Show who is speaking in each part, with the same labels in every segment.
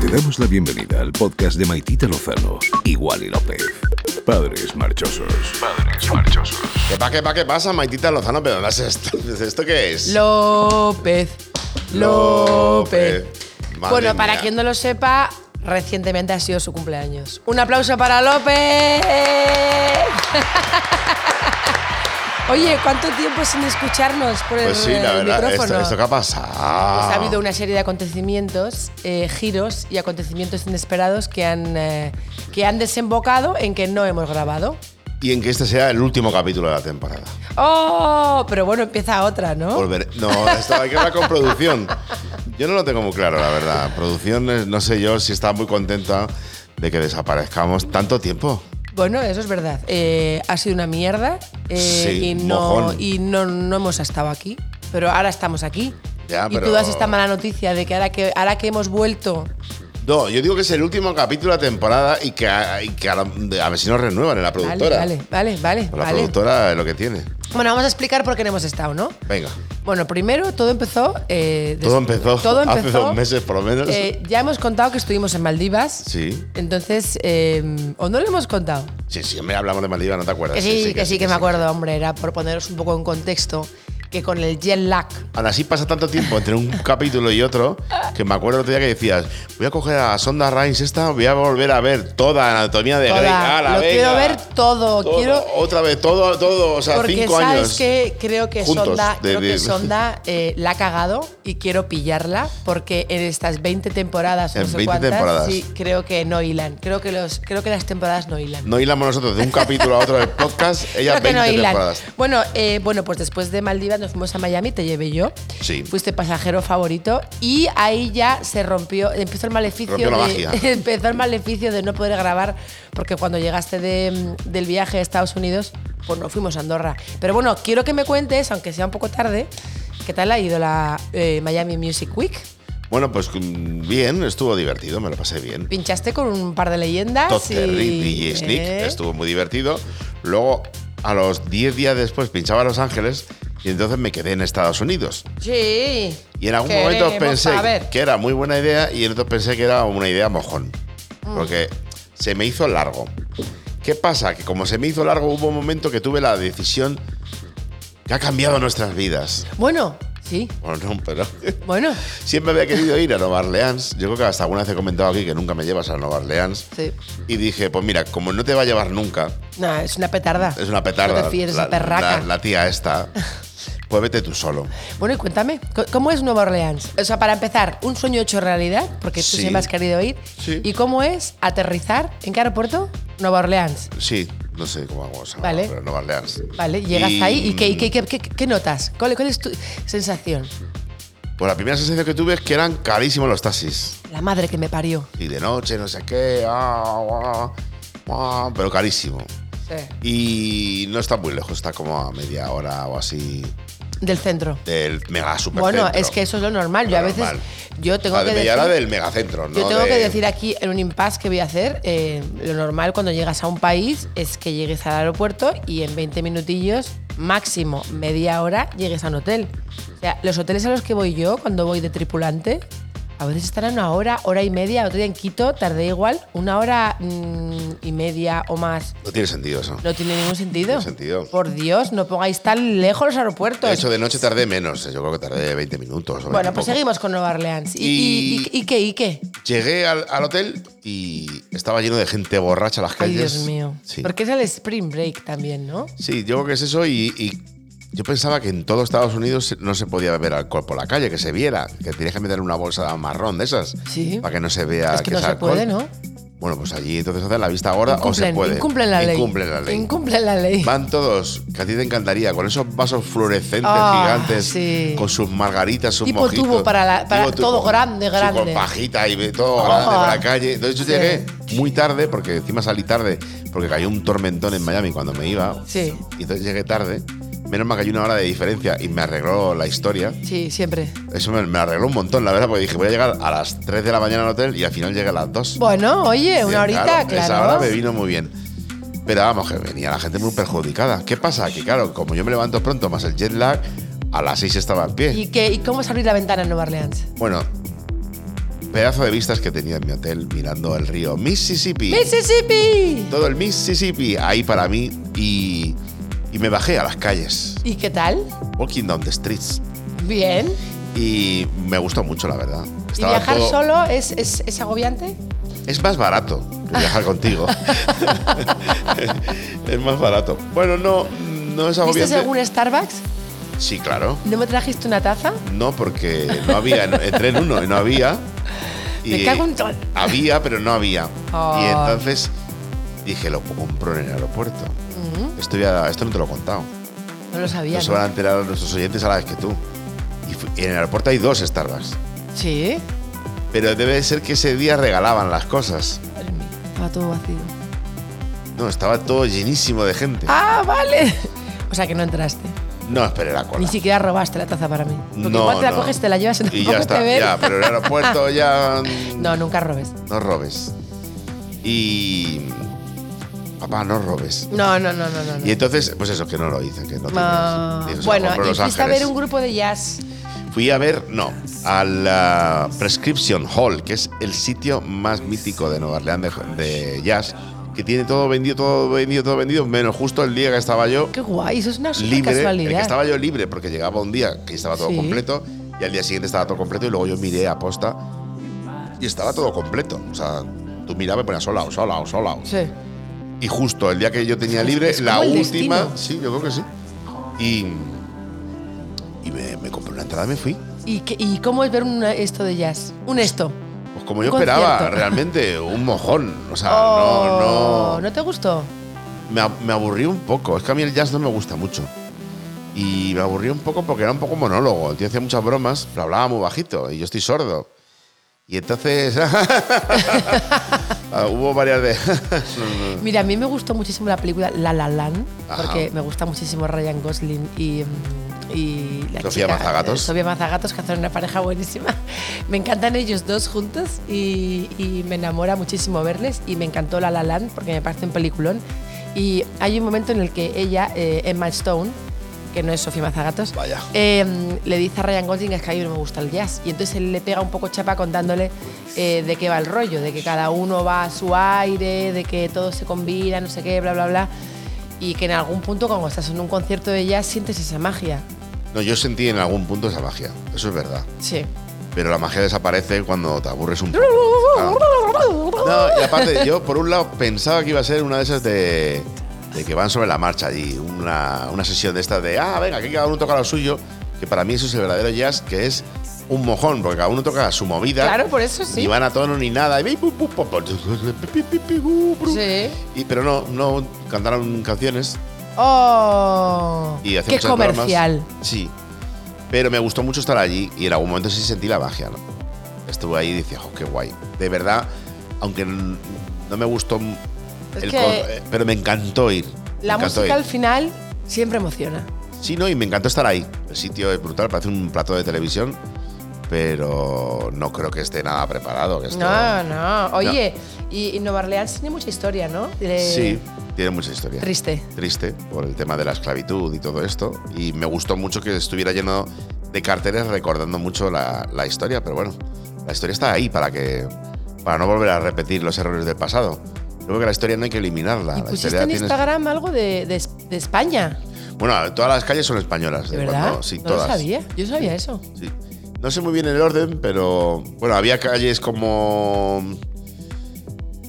Speaker 1: Te damos la bienvenida al podcast de Maitita Lozano y Wally López. Padres marchosos. Padres marchosos.
Speaker 2: ¿Qué, pa, qué, pa, qué pasa, Maitita Lozano? ¿Pero dónde es esto? ¿Esto qué es?
Speaker 3: López. López.
Speaker 2: Madre
Speaker 3: bueno, para
Speaker 2: mía.
Speaker 3: quien no lo sepa, recientemente ha sido su cumpleaños. Un aplauso para López. Oye, ¿cuánto tiempo sin escucharnos por el,
Speaker 2: Pues sí, la
Speaker 3: el
Speaker 2: verdad,
Speaker 3: micrófono?
Speaker 2: esto, esto que ha
Speaker 3: Pues
Speaker 2: pasado.
Speaker 3: ha habido una serie de acontecimientos, eh, giros y acontecimientos inesperados que han, eh, que han desembocado en que no hemos grabado.
Speaker 2: Y en que este sea el último capítulo de la temporada.
Speaker 3: ¡Oh! Pero bueno, empieza otra, ¿no?
Speaker 2: Volver- No, esto hay que hablar con producción. Yo no lo tengo muy claro, la verdad. Producción, eh, no sé yo si está muy contenta de que desaparezcamos tanto tiempo.
Speaker 3: Bueno, eso es verdad. Eh, ha sido una mierda eh,
Speaker 2: Sí,
Speaker 3: y, no,
Speaker 2: mojón.
Speaker 3: y no, no hemos estado aquí, pero ahora estamos aquí.
Speaker 2: Ya,
Speaker 3: y tú
Speaker 2: pero-
Speaker 3: das esta mala noticia de que ahora que, ahora que hemos vuelto,
Speaker 2: No, yo digo que es el último capítulo de la temporada y que, a, y que a la- a ver si nos renuevan en la productora. Pues
Speaker 3: Vale, vale, vale.
Speaker 2: La
Speaker 3: vale.
Speaker 2: productora es lo que tiene.
Speaker 3: Bueno, vamos a explicar por qué no hemos estado, ¿no?
Speaker 2: Venga.
Speaker 3: Bueno, primero todo empezó. eh, des-
Speaker 2: Todo empezó,
Speaker 3: todo empezó,
Speaker 2: hace dos meses por lo menos.
Speaker 3: eh, ya hemos contado que estuvimos en Maldivas.
Speaker 2: Sí.
Speaker 3: Entonces, eh, ¿o no lo hemos contado?
Speaker 2: Sí, sí, hombre, hablamos de Maldivas, no te acuerdas.
Speaker 3: Que sí, que sí, que me acuerdo, hombre. Era por poneros un poco en contexto que con el jet lag
Speaker 2: Aún así pasa tanto tiempo entre un capítulo y otro que me acuerdo el otro día que decías, voy a coger a Sonda Rhimes esta, voy a volver a ver toda Anatomía de
Speaker 3: Toda.
Speaker 2: Grey. ¡Hala,
Speaker 3: Lo
Speaker 2: venga!
Speaker 3: quiero ver todo, quiero-
Speaker 2: Otra vez, todo, todo, o sea,
Speaker 3: Porque
Speaker 2: cinco
Speaker 3: sabes
Speaker 2: años.
Speaker 3: que creo que
Speaker 2: juntos,
Speaker 3: Sonda,
Speaker 2: de-
Speaker 3: creo que
Speaker 2: de-
Speaker 3: Sonda eh, la ha cagado y quiero pillarla porque en estas 20 temporadas, no
Speaker 2: En
Speaker 3: sé
Speaker 2: 20
Speaker 3: cuántas,
Speaker 2: temporadas.
Speaker 3: sí, creo que no hilan. Creo que, los, creo que las temporadas no hilan.
Speaker 2: No hilamos nosotros de un capítulo a otro del podcast, ella
Speaker 3: Creo que
Speaker 2: 20
Speaker 3: no hilan.
Speaker 2: temporadas.
Speaker 3: Bueno, eh, bueno, pues después de Maldivas nos fuimos a Miami, te llevé yo.
Speaker 2: Sí.
Speaker 3: Fuiste pasajero favorito y ahí ya se rompió, empezó el maleficio.
Speaker 2: Rompió la
Speaker 3: de-
Speaker 2: magia.
Speaker 3: empezó el maleficio de no poder grabar porque cuando llegaste de, mm, del viaje a Estados Unidos, pues no fuimos a Andorra. Pero bueno, quiero que me cuentes, aunque sea un poco tarde, ¿qué tal ha ido la eh, Miami Music Week?
Speaker 2: Bueno, pues mm, bien, estuvo divertido, me lo pasé bien.
Speaker 3: Pinchaste con un par de leyendas.
Speaker 2: Todd
Speaker 3: y-
Speaker 2: Terry, DJ Sneak,
Speaker 3: ¿eh?
Speaker 2: estuvo muy divertido. Luego, a los 10 días después, pinchaba a Los Ángeles y entonces me quedé en Estados Unidos.
Speaker 3: Sí.
Speaker 2: Y en algún momento
Speaker 3: Queremos
Speaker 2: pensé
Speaker 3: saber.
Speaker 2: que era muy buena idea y en otro pensé que era una idea mojón.
Speaker 3: Mm.
Speaker 2: Porque se me hizo largo. ¿Qué pasa? Que como se me hizo largo, hubo un momento que tuve la decisión que ha cambiado nuestras vidas.
Speaker 3: Bueno, sí.
Speaker 2: Bueno, no, pero
Speaker 3: Bueno,
Speaker 2: siempre había querido ir a Nueva Orleans. Yo creo que hasta alguna vez he comentado aquí que nunca me llevas a Nueva Orleans.
Speaker 3: sí.
Speaker 2: Y dije, pues mira, como no te va a llevar nunca,
Speaker 3: No, es una petarda.
Speaker 2: es una petarda.
Speaker 3: No te fíes, es
Speaker 2: la,
Speaker 3: perraca.
Speaker 2: la- la tía esta. Pues vete tú solo.
Speaker 3: Bueno, y cuéntame, co- ¿cómo es Nueva Orleans? O sea, para empezar, un sueño hecho realidad, porque tú
Speaker 2: Sí.
Speaker 3: siempre has querido ir.
Speaker 2: Sí.
Speaker 3: ¿Y cómo es aterrizar en qué aeropuerto? Nueva Orleans.
Speaker 2: Sí, no sé cómo hago, o sea,
Speaker 3: Vale.
Speaker 2: pero Nueva Orleans.
Speaker 3: Vale, llegas
Speaker 2: Y,
Speaker 3: ahí y ¿qué, y
Speaker 2: mm,
Speaker 3: qué, qué- qué- qué notas? ¿Cuál, cuál es tu sensación?
Speaker 2: Pues la primera sensación que tuve es que eran carísimos los taxis.
Speaker 3: La madre que me parió.
Speaker 2: Y de noche, no sé qué, ah, ah, ah, pero carísimo. Y no está muy lejos, está como a media hora o así
Speaker 3: Del centro.
Speaker 2: del mega supercentro.
Speaker 3: Bueno, es que eso es lo normal. Yo a
Speaker 2: Lo
Speaker 3: veces,
Speaker 2: normal.
Speaker 3: yo tengo
Speaker 2: Ah, de
Speaker 3: que
Speaker 2: media
Speaker 3: decir...
Speaker 2: hora del megacentro, ¿no?
Speaker 3: Yo tengo
Speaker 2: De-
Speaker 3: que decir aquí en un impasse que voy a hacer, eh, lo normal cuando llegas a un país es que llegues al aeropuerto y en 20 minutillos, máximo media hora, llegues a un hotel. O sea, los hoteles a los que voy yo cuando voy de tripulante, a veces están a una hora, hora y media, otro día en Quito tardé igual, una hora mm, y media o más.
Speaker 2: No tiene sentido eso.
Speaker 3: No tiene ningún sentido.
Speaker 2: Tiene sentido.
Speaker 3: Por Dios, no pongáis tan lejos los aeropuertos.
Speaker 2: De hecho, de noche tardé menos, yo creo que tardé 20 minutos. o
Speaker 3: bueno,
Speaker 2: 20
Speaker 3: pues
Speaker 2: poco.
Speaker 3: seguimos con Nueva Orleans. ¿Y,
Speaker 2: Y-
Speaker 3: y, y- y qué? ¿Y qué?
Speaker 2: Llegué al, al hotel y estaba lleno de gente borracha en las
Speaker 3: Ay,
Speaker 2: calles.
Speaker 3: Dios mío.
Speaker 2: Sí.
Speaker 3: Porque es el spring break también, ¿no?
Speaker 2: Sí, yo creo que es eso y, y yo pensaba que en todo Estados Unidos no se podía beber alcohol por la calle, que se viera, que tenías que meter una bolsa marrón de esas
Speaker 3: Sí.
Speaker 2: para Ah, que no se vea
Speaker 3: es que, no se
Speaker 2: alcohol.
Speaker 3: puede, ¿no?
Speaker 2: Bueno, pues allí entonces hacen la vista gorda o se
Speaker 3: Incumplen-
Speaker 2: puede.
Speaker 3: Incumplen la ley.
Speaker 2: Incumplen la ley.
Speaker 3: Incumplen la ley.
Speaker 2: Van todos, que a ti te encantaría, con esos vasos fluorescentes
Speaker 3: Ah,
Speaker 2: gigantes,
Speaker 3: sí.
Speaker 2: con sus margaritas, sus
Speaker 3: Tipo
Speaker 2: mojitos.
Speaker 3: tubo para la- para- todo grande,
Speaker 2: sí,
Speaker 3: grande.
Speaker 2: con pajita y todo
Speaker 3: Ojo.
Speaker 2: grande para la calle. Entonces yo
Speaker 3: Sí.
Speaker 2: llegué muy tarde, porque encima salí tarde, porque cayó un tormentón en Miami cuando me iba.
Speaker 3: Sí.
Speaker 2: Y entonces llegué tarde. Menos mal que hay una hora de diferencia y me arregló la historia.
Speaker 3: Sí, siempre.
Speaker 2: Eso me, me arregló un montón, la verdad, porque dije, voy a llegar a las 3 de la mañana al hotel y al final llegué a las 2.
Speaker 3: Bueno, oye, una
Speaker 2: Bien,
Speaker 3: horita, claro.
Speaker 2: Esa hora me vino muy bien. Pero vamos, que venía la gente muy perjudicada. ¿Qué pasa? Que claro, como yo me levanto pronto, más el jet lag, a las 6 estaba en pie.
Speaker 3: ¿Y, qué, ¿Y cómo es abrir la ventana en Nueva Orleans?
Speaker 2: Bueno, pedazo de vistas que tenía en mi hotel mirando el río Mississippi.
Speaker 3: ¡Mississippi!
Speaker 2: Todo el Mississippi ahí para mí y, y me bajé a las calles,
Speaker 3: ¿Y qué tal?
Speaker 2: walking down the streets.
Speaker 3: Bien.
Speaker 2: Y me gustó mucho, la verdad.
Speaker 3: ¿Y
Speaker 2: Estaba
Speaker 3: viajar
Speaker 2: todo-
Speaker 3: solo es, es- es agobiante?
Speaker 2: Es más barato que viajar contigo. es más barato. Bueno, no, no es
Speaker 3: ¿Viste
Speaker 2: agobiante.
Speaker 3: según Starbucks?
Speaker 2: Sí, claro.
Speaker 3: ¿No me trajiste una taza?
Speaker 2: No, porque no había, entré en uno y no había.
Speaker 3: Me cago en todo. Ah.
Speaker 2: Había, pero no había. Y
Speaker 3: Ay.
Speaker 2: entonces dije, lo compro en el aeropuerto. Esto, ya- esto no te lo he contado.
Speaker 3: No lo sabía.
Speaker 2: No se
Speaker 3: ¿no?
Speaker 2: van a enterar nuestros oyentes a la vez que tú. Y fu- Y en el aeropuerto hay dos Starbucks.
Speaker 3: Sí.
Speaker 2: Pero debe ser que ese día regalaban las cosas.
Speaker 3: Madre mía, Estaba todo vacío.
Speaker 2: No, estaba todo llenísimo de gente.
Speaker 3: Ah, vale. O sea que no entraste.
Speaker 2: No esperé la cola.
Speaker 3: Ni siquiera robaste la taza para mí. Porque
Speaker 2: No,
Speaker 3: igual te la
Speaker 2: no.
Speaker 3: coges, te la llevas en ¿eh?
Speaker 2: Y ya está, ya, pero en el aeropuerto ya mm,
Speaker 3: No, nunca robes.
Speaker 2: no robes. Y papá, no robes.
Speaker 3: No, no, no, no, no. no.
Speaker 2: Y entonces, pues eso, que no lo hice, que no
Speaker 3: Ah,
Speaker 2: te
Speaker 3: bueno, y fuiste a ver un grupo de jazz.
Speaker 2: Fui a ver, no, a la Prescription Hall, que es el sitio más mítico de Nueva Orleans de, de jazz, que tiene todo vendido, todo vendido, todo vendido, menos justo el día que estaba yo
Speaker 3: Pues Qué guay, eso es una super
Speaker 2: libre, el que
Speaker 3: casualidad.
Speaker 2: estaba yo libre, porque llegaba un día que estaba todo
Speaker 3: Sí.
Speaker 2: completo y al día siguiente estaba todo completo y luego yo miré a posta y estaba todo completo. O sea, tú mirabas y ponías sola, sola, sola.
Speaker 3: Sí.
Speaker 2: Y justo el día que yo tenía libre,
Speaker 3: Es
Speaker 2: la
Speaker 3: como el
Speaker 2: última,
Speaker 3: destino.
Speaker 2: sí, yo creo que sí. Y, y me, me compré una entrada y me fui.
Speaker 3: ¿Y, qué- y cómo es ver un esto de jazz? Un esto.
Speaker 2: Pues como yo
Speaker 3: Un
Speaker 2: esperaba,
Speaker 3: concierto.
Speaker 2: realmente, un mojón. O sea, Ah, no, no,
Speaker 3: Oh, te gustó?
Speaker 2: me, ab- me aburrí un poco. Es que a mí el jazz no me gusta mucho. Y me aburrí un poco porque era un poco monólogo. El tío hacía muchas bromas, pero hablaba muy bajito y yo estoy sordo. Y entonces. ah, Hubo varias de.
Speaker 3: Mira, a mí me gustó muchísimo la película La La Land,
Speaker 2: Mm. Ajá.
Speaker 3: porque me gusta muchísimo Ryan Gosling y, mm, y la
Speaker 2: Sofía
Speaker 3: chica,
Speaker 2: Mazagatos.
Speaker 3: eh, Sofía Mazagatos, que hacen una pareja buenísima. Me encantan ellos dos juntos y, y me enamora muchísimo verles y me encantó La La Land porque me parece un peliculón. Y hay un momento en el que ella, eh, Emma Stone, que no es Sofía Mazagatos,
Speaker 2: Vaya.
Speaker 3: eh, le dice a Ryan Gosling es que a mí no me gusta el jazz. Y entonces él le pega un poco chapa contándole eh, de qué va el rollo, de que cada uno va a su aire, de que todo se combina, no sé qué, bla, bla, bla. Y que en algún punto, cuando estás en un concierto de jazz, sientes esa magia.
Speaker 2: No, yo sentí en algún punto esa magia. Eso es verdad.
Speaker 3: Sí.
Speaker 2: Pero la magia desaparece cuando te aburres un poco. Claro. No, y aparte, yo por un lado pensaba que iba a ser una de esas de, de que van sobre la marcha allí, una, una sesión de estas de, ah, venga, aquí cada uno toca lo suyo, que para mí eso es el verdadero jazz, que es un mojón, porque cada uno toca su movida,
Speaker 3: Claro, por eso sí.
Speaker 2: ni van a tono ni nada, y-
Speaker 3: Sí.
Speaker 2: y- pero no, no cantaron canciones
Speaker 3: ¡Oh!
Speaker 2: y hacían
Speaker 3: ¡Qué
Speaker 2: muchas bromas.
Speaker 3: comercial!
Speaker 2: Sí, pero me gustó mucho estar allí y en algún momento sí sentí la magia, ¿no? Estuve ahí y decía, jo, qué guay. De verdad, aunque n- no me gustó, m-
Speaker 3: Es
Speaker 2: el
Speaker 3: que-
Speaker 2: con- eh, pero me encantó ir. me
Speaker 3: La
Speaker 2: encantó
Speaker 3: música al
Speaker 2: ir.
Speaker 3: final siempre emociona.
Speaker 2: Sí, no, y me encantó estar ahí. El sitio es brutal, parece un plato de televisión, pero no creo que esté nada preparado. Que esto-
Speaker 3: No, no. Oye, Y, y Nueva Orleans tiene mucha historia, ¿no? De-
Speaker 2: Sí, tiene mucha historia.
Speaker 3: eh. Triste.
Speaker 2: triste por el tema de la esclavitud y todo esto. Y me gustó mucho que estuviera lleno de carteles recordando mucho la, la historia, pero bueno, la historia está ahí para que para no volver a repetir los errores del pasado. Yo creo que la historia no hay que eliminarla.
Speaker 3: Y
Speaker 2: la
Speaker 3: pusiste
Speaker 2: historia
Speaker 3: en
Speaker 2: tienes-
Speaker 3: Instagram algo de, de Es- de España,
Speaker 2: Bueno, todas las calles son españolas.
Speaker 3: ¿de
Speaker 2: de
Speaker 3: verdad?
Speaker 2: cuando- sí,
Speaker 3: no
Speaker 2: todas.
Speaker 3: lo sabía, yo sabía eso.
Speaker 2: Sí. No sé muy bien el orden, pero bueno, había calles como.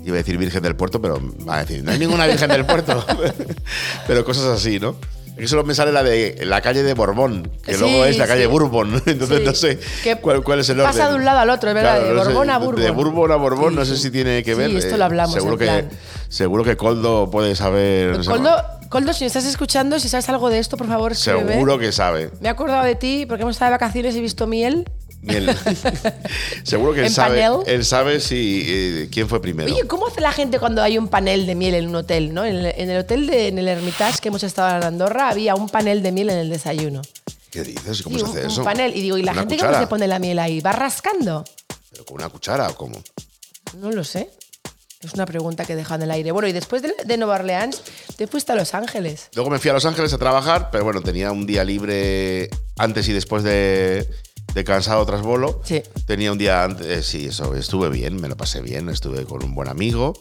Speaker 2: Iba a decir Virgen del Puerto, pero va a decir, no hay ninguna Virgen del Puerto. pero cosas así, ¿no? Es que solo me sale la de la calle de Borbón, que
Speaker 3: Sí,
Speaker 2: luego es la calle
Speaker 3: sí.
Speaker 2: Bourbon. Entonces
Speaker 3: Sí.
Speaker 2: no sé
Speaker 3: Que
Speaker 2: cuál, cuál es el orden.
Speaker 3: pasa de un lado al otro, es verdad, de
Speaker 2: no sé,
Speaker 3: Borbón a
Speaker 2: De
Speaker 3: Bourbon.
Speaker 2: Bourbon a Borbón,
Speaker 3: Sí,
Speaker 2: no sé
Speaker 3: sí.
Speaker 2: si tiene que
Speaker 3: Sí,
Speaker 2: ver.
Speaker 3: esto lo
Speaker 2: eh,
Speaker 3: hablamos,
Speaker 2: Seguro
Speaker 3: en
Speaker 2: que,
Speaker 3: plan.
Speaker 2: seguro que Coldo puede saber. no sé,
Speaker 3: Pues Coldo, Coldo, si me estás escuchando, si sabes algo de esto, por favor, escríbeme.
Speaker 2: seguro que sabe.
Speaker 3: Me he acordado de ti porque hemos estado de vacaciones y he visto miel.
Speaker 2: Miel. Seguro que él
Speaker 3: En
Speaker 2: sabe,
Speaker 3: panel.
Speaker 2: él sabe si eh, quién fue primero.
Speaker 3: Oye, ¿cómo hace la gente cuando hay un panel de miel en un hotel? ¿no? En, el, en el hotel de en el Hermitage que hemos estado en Andorra había un panel de miel en el desayuno.
Speaker 2: ¿Qué dices? ¿Cómo se
Speaker 3: Sí, un,
Speaker 2: hace
Speaker 3: un
Speaker 2: eso?
Speaker 3: panel. Y digo, ¿y la
Speaker 2: ¿Una
Speaker 3: gente
Speaker 2: cuchara?
Speaker 3: cómo se pone la miel ahí? ¿Va rascando?
Speaker 2: ¿Pero con una cuchara o cómo?
Speaker 3: No lo sé. Es una pregunta que he dejado en el aire. Bueno, y después de, de Nueva Orleans, te fuiste a Los Ángeles.
Speaker 2: Luego me fui a Los Ángeles a trabajar, pero bueno, tenía un día libre antes y después de, de cansado tras bolo.
Speaker 3: Sí.
Speaker 2: Tenía un día antes, eh, sí, eso, estuve bien, me lo pasé bien, estuve con un buen amigo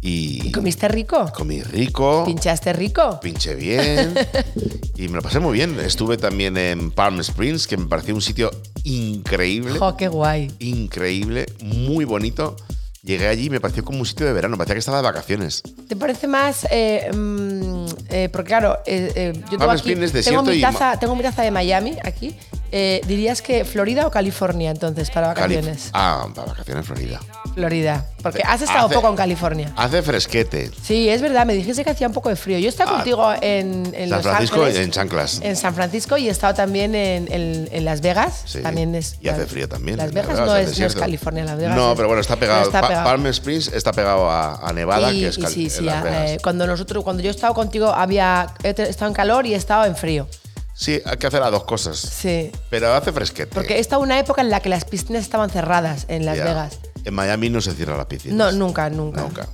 Speaker 2: y,
Speaker 3: ¿Y comiste rico?
Speaker 2: comí rico,
Speaker 3: ¿Pinchaste rico?
Speaker 2: pinché bien y me lo pasé muy bien. Estuve también en Palm Springs, que me pareció un sitio increíble,
Speaker 3: Jo, qué guay.
Speaker 2: increíble, muy bonito. Llegué allí y me pareció como un sitio de verano, parecía que estaba de vacaciones.
Speaker 3: ¿Te parece más? eh, mm, eh, porque claro, eh, eh, yo tengo
Speaker 2: Palm
Speaker 3: aquí,
Speaker 2: Springs es
Speaker 3: tengo,
Speaker 2: desierto
Speaker 3: mi
Speaker 2: y
Speaker 3: taza, tengo mi taza de Miami aquí. Eh, ¿Dirías que Florida o California entonces para
Speaker 2: Cali-
Speaker 3: vacaciones?
Speaker 2: Ah, para vacaciones Florida.
Speaker 3: Florida. Porque has estado
Speaker 2: Eh, Hace-
Speaker 3: poco en California.
Speaker 2: Hace fresquete.
Speaker 3: Sí, es verdad, me dijiste que hacía un poco de frío. Yo he estado
Speaker 2: Ah.
Speaker 3: contigo en, en
Speaker 2: San
Speaker 3: Los
Speaker 2: Francisco
Speaker 3: Ángeles,
Speaker 2: en chanclas.
Speaker 3: en San Francisco y he estado también en, en- en Las Vegas.
Speaker 2: Sí.
Speaker 3: También es,
Speaker 2: y hace frío también.
Speaker 3: Las
Speaker 2: en
Speaker 3: Vegas,
Speaker 2: hace
Speaker 3: no, es, no es
Speaker 2: desierto.
Speaker 3: California, Las Vegas.
Speaker 2: No,
Speaker 3: es-
Speaker 2: pero bueno, está pegado.
Speaker 3: está
Speaker 2: Pa-
Speaker 3: pegado.
Speaker 2: Palm Springs está pegado a, a Nevada,
Speaker 3: Y-
Speaker 2: que es
Speaker 3: y
Speaker 2: Cali-
Speaker 3: sí, sí,
Speaker 2: en Las
Speaker 3: ah,
Speaker 2: Vegas.
Speaker 3: eh, cuando nosotros, cuando yo he estado contigo, había he te- he estado en calor y he estado en frío.
Speaker 2: Sí, hay que hacer las dos cosas.
Speaker 3: Sí.
Speaker 2: Pero hace fresquete.
Speaker 3: Porque he estado en una época en la que las piscinas estaban cerradas en Las
Speaker 2: Ya.
Speaker 3: Vegas.
Speaker 2: En Miami no se cierra la piscina.
Speaker 3: No, nunca, nunca.
Speaker 2: Nunca.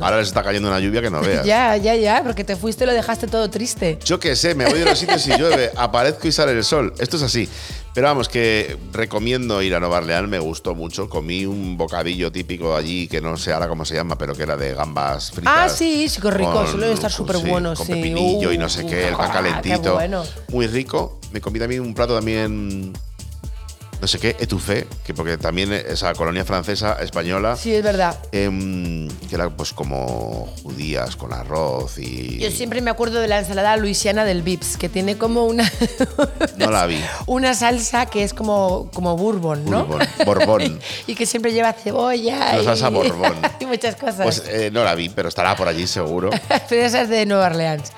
Speaker 2: Ahora les está cayendo una lluvia que no veas.
Speaker 3: Ya, ya, ya, porque te fuiste y lo dejaste todo triste.
Speaker 2: Yo qué sé, me voy de los sitios y llueve, aparezco y sale el sol. Esto es así. Pero vamos, que recomiendo ir a Nueva Orleans, me gustó mucho. Comí un bocadillo típico allí, que no sé ahora cómo se llama, pero que era de gambas fritas.
Speaker 3: Ah, sí, sí, qué rico, suelen estar súper buenos,
Speaker 2: Con
Speaker 3: sí.
Speaker 2: pepinillo y no
Speaker 3: Uh,
Speaker 2: sé qué, el
Speaker 3: ah,
Speaker 2: pan
Speaker 3: qué
Speaker 2: calentito.
Speaker 3: bueno.
Speaker 2: Muy rico. Me comí también un plato también, no sé qué, etouffee, que porque también esa colonia francesa, española.
Speaker 3: Sí, es verdad.
Speaker 2: em, que era pues como judías con arroz y
Speaker 3: Yo siempre me acuerdo de la ensalada luisiana del Vips, que tiene como una,
Speaker 2: no la vi
Speaker 3: una salsa que es como, como bourbon, ¿no?
Speaker 2: Bourbon, Borbón.
Speaker 3: y que siempre lleva cebolla
Speaker 2: Una
Speaker 3: y,
Speaker 2: salsa bourbon.
Speaker 3: y muchas cosas.
Speaker 2: Pues eh, no la vi, pero estará por allí seguro.
Speaker 3: Pero esa es de Nueva Orleans.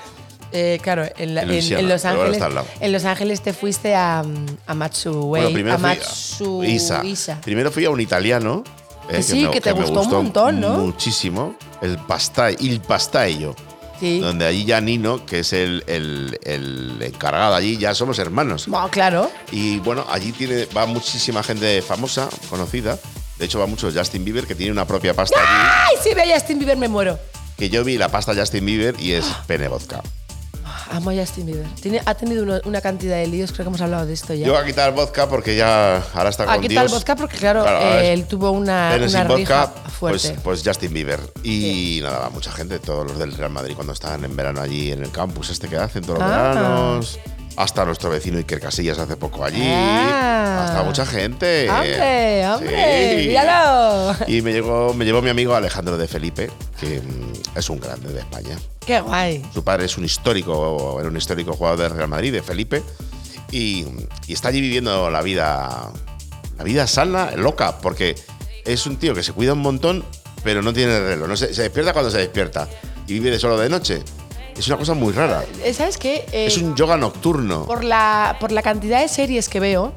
Speaker 3: Eh, claro, en, la-
Speaker 2: En
Speaker 3: en-
Speaker 2: Luisiana,
Speaker 3: en Los
Speaker 2: pero bueno,
Speaker 3: Ángeles,
Speaker 2: está al lado.
Speaker 3: en Los Ángeles te fuiste a, mm, a Matsu Way,
Speaker 2: Bueno, primero
Speaker 3: a Matsu
Speaker 2: fui Isa. Primero fui a un italiano. eh,
Speaker 3: Que sí, que te gustó un montón, ¿no?
Speaker 2: Muchísimo. El pastai, il pastaio.
Speaker 3: Sí.
Speaker 2: Donde allí ya Nino, que es el, el- el encargado allí, ya somos hermanos.
Speaker 3: Bueno, claro.
Speaker 2: Y bueno, allí tiene, va muchísima gente famosa, conocida. De hecho, va mucho Justin Bieber, que tiene una propia pasta allí.
Speaker 3: ¡Ay, si veo a Justin Bieber me muero!
Speaker 2: Que yo vi la pasta Justin Bieber y es
Speaker 3: Ah.
Speaker 2: pene vodka.
Speaker 3: Amo a Justin Bieber. Tiene, ha tenido uno- una cantidad de líos, creo que hemos hablado de esto ya.
Speaker 2: Yo voy a quitar vodka porque ya ahora está con
Speaker 3: Aquí está el
Speaker 2: Dios.
Speaker 3: vodka porque, claro,
Speaker 2: ahora es-
Speaker 3: eh, él tuvo una,
Speaker 2: Pene
Speaker 3: una
Speaker 2: sin vodka,
Speaker 3: rifa
Speaker 2: pues,
Speaker 3: fuerte.
Speaker 2: pues Justin Bieber. Y nada, va mucha gente, todos los del Real Madrid cuando estaban en verano allí en el campus este que hacen todos los
Speaker 3: Ah.
Speaker 2: veranos. Hasta nuestro vecino Iker Casillas hace poco allí.
Speaker 3: Ah.
Speaker 2: Hasta mucha gente.
Speaker 3: ¡Hombre, hombre!
Speaker 2: Sí.
Speaker 3: ¡Míralo!
Speaker 2: Y me llegó, me llevó mi amigo Alejandro de Felipe, que mm, es un grande de España.
Speaker 3: ¡Qué guay!
Speaker 2: Su padre es un histórico, era un histórico jugador del Real Madrid, de Felipe, y, y está allí viviendo la vida, la vida sana, loca, porque es un tío que se cuida un montón, pero no tiene reloj, no se, se despierta cuando se despierta y vive de solo de noche. Es una cosa muy rara.
Speaker 3: Eh, ¿Sabes qué? Eh,
Speaker 2: Es un yoga nocturno.
Speaker 3: por, la, por la cantidad de series que veo.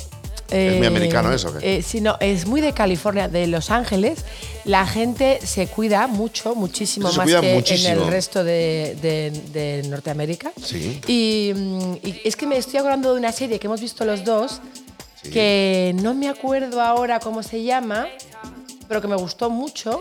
Speaker 3: eh,
Speaker 2: muy americano eso, ¿o qué?
Speaker 3: eh, sí, no, es muy de California, de Los Ángeles. La gente se cuida mucho, muchísimo
Speaker 2: Se
Speaker 3: más
Speaker 2: cuida
Speaker 3: que en
Speaker 2: muchísimo.
Speaker 3: el resto de, de- de Norteamérica.
Speaker 2: Sí.
Speaker 3: Y, mm, y es que me estoy acordando de una serie que hemos visto los dos,
Speaker 2: Sí.
Speaker 3: que no me acuerdo ahora cómo se llama, pero que me gustó mucho.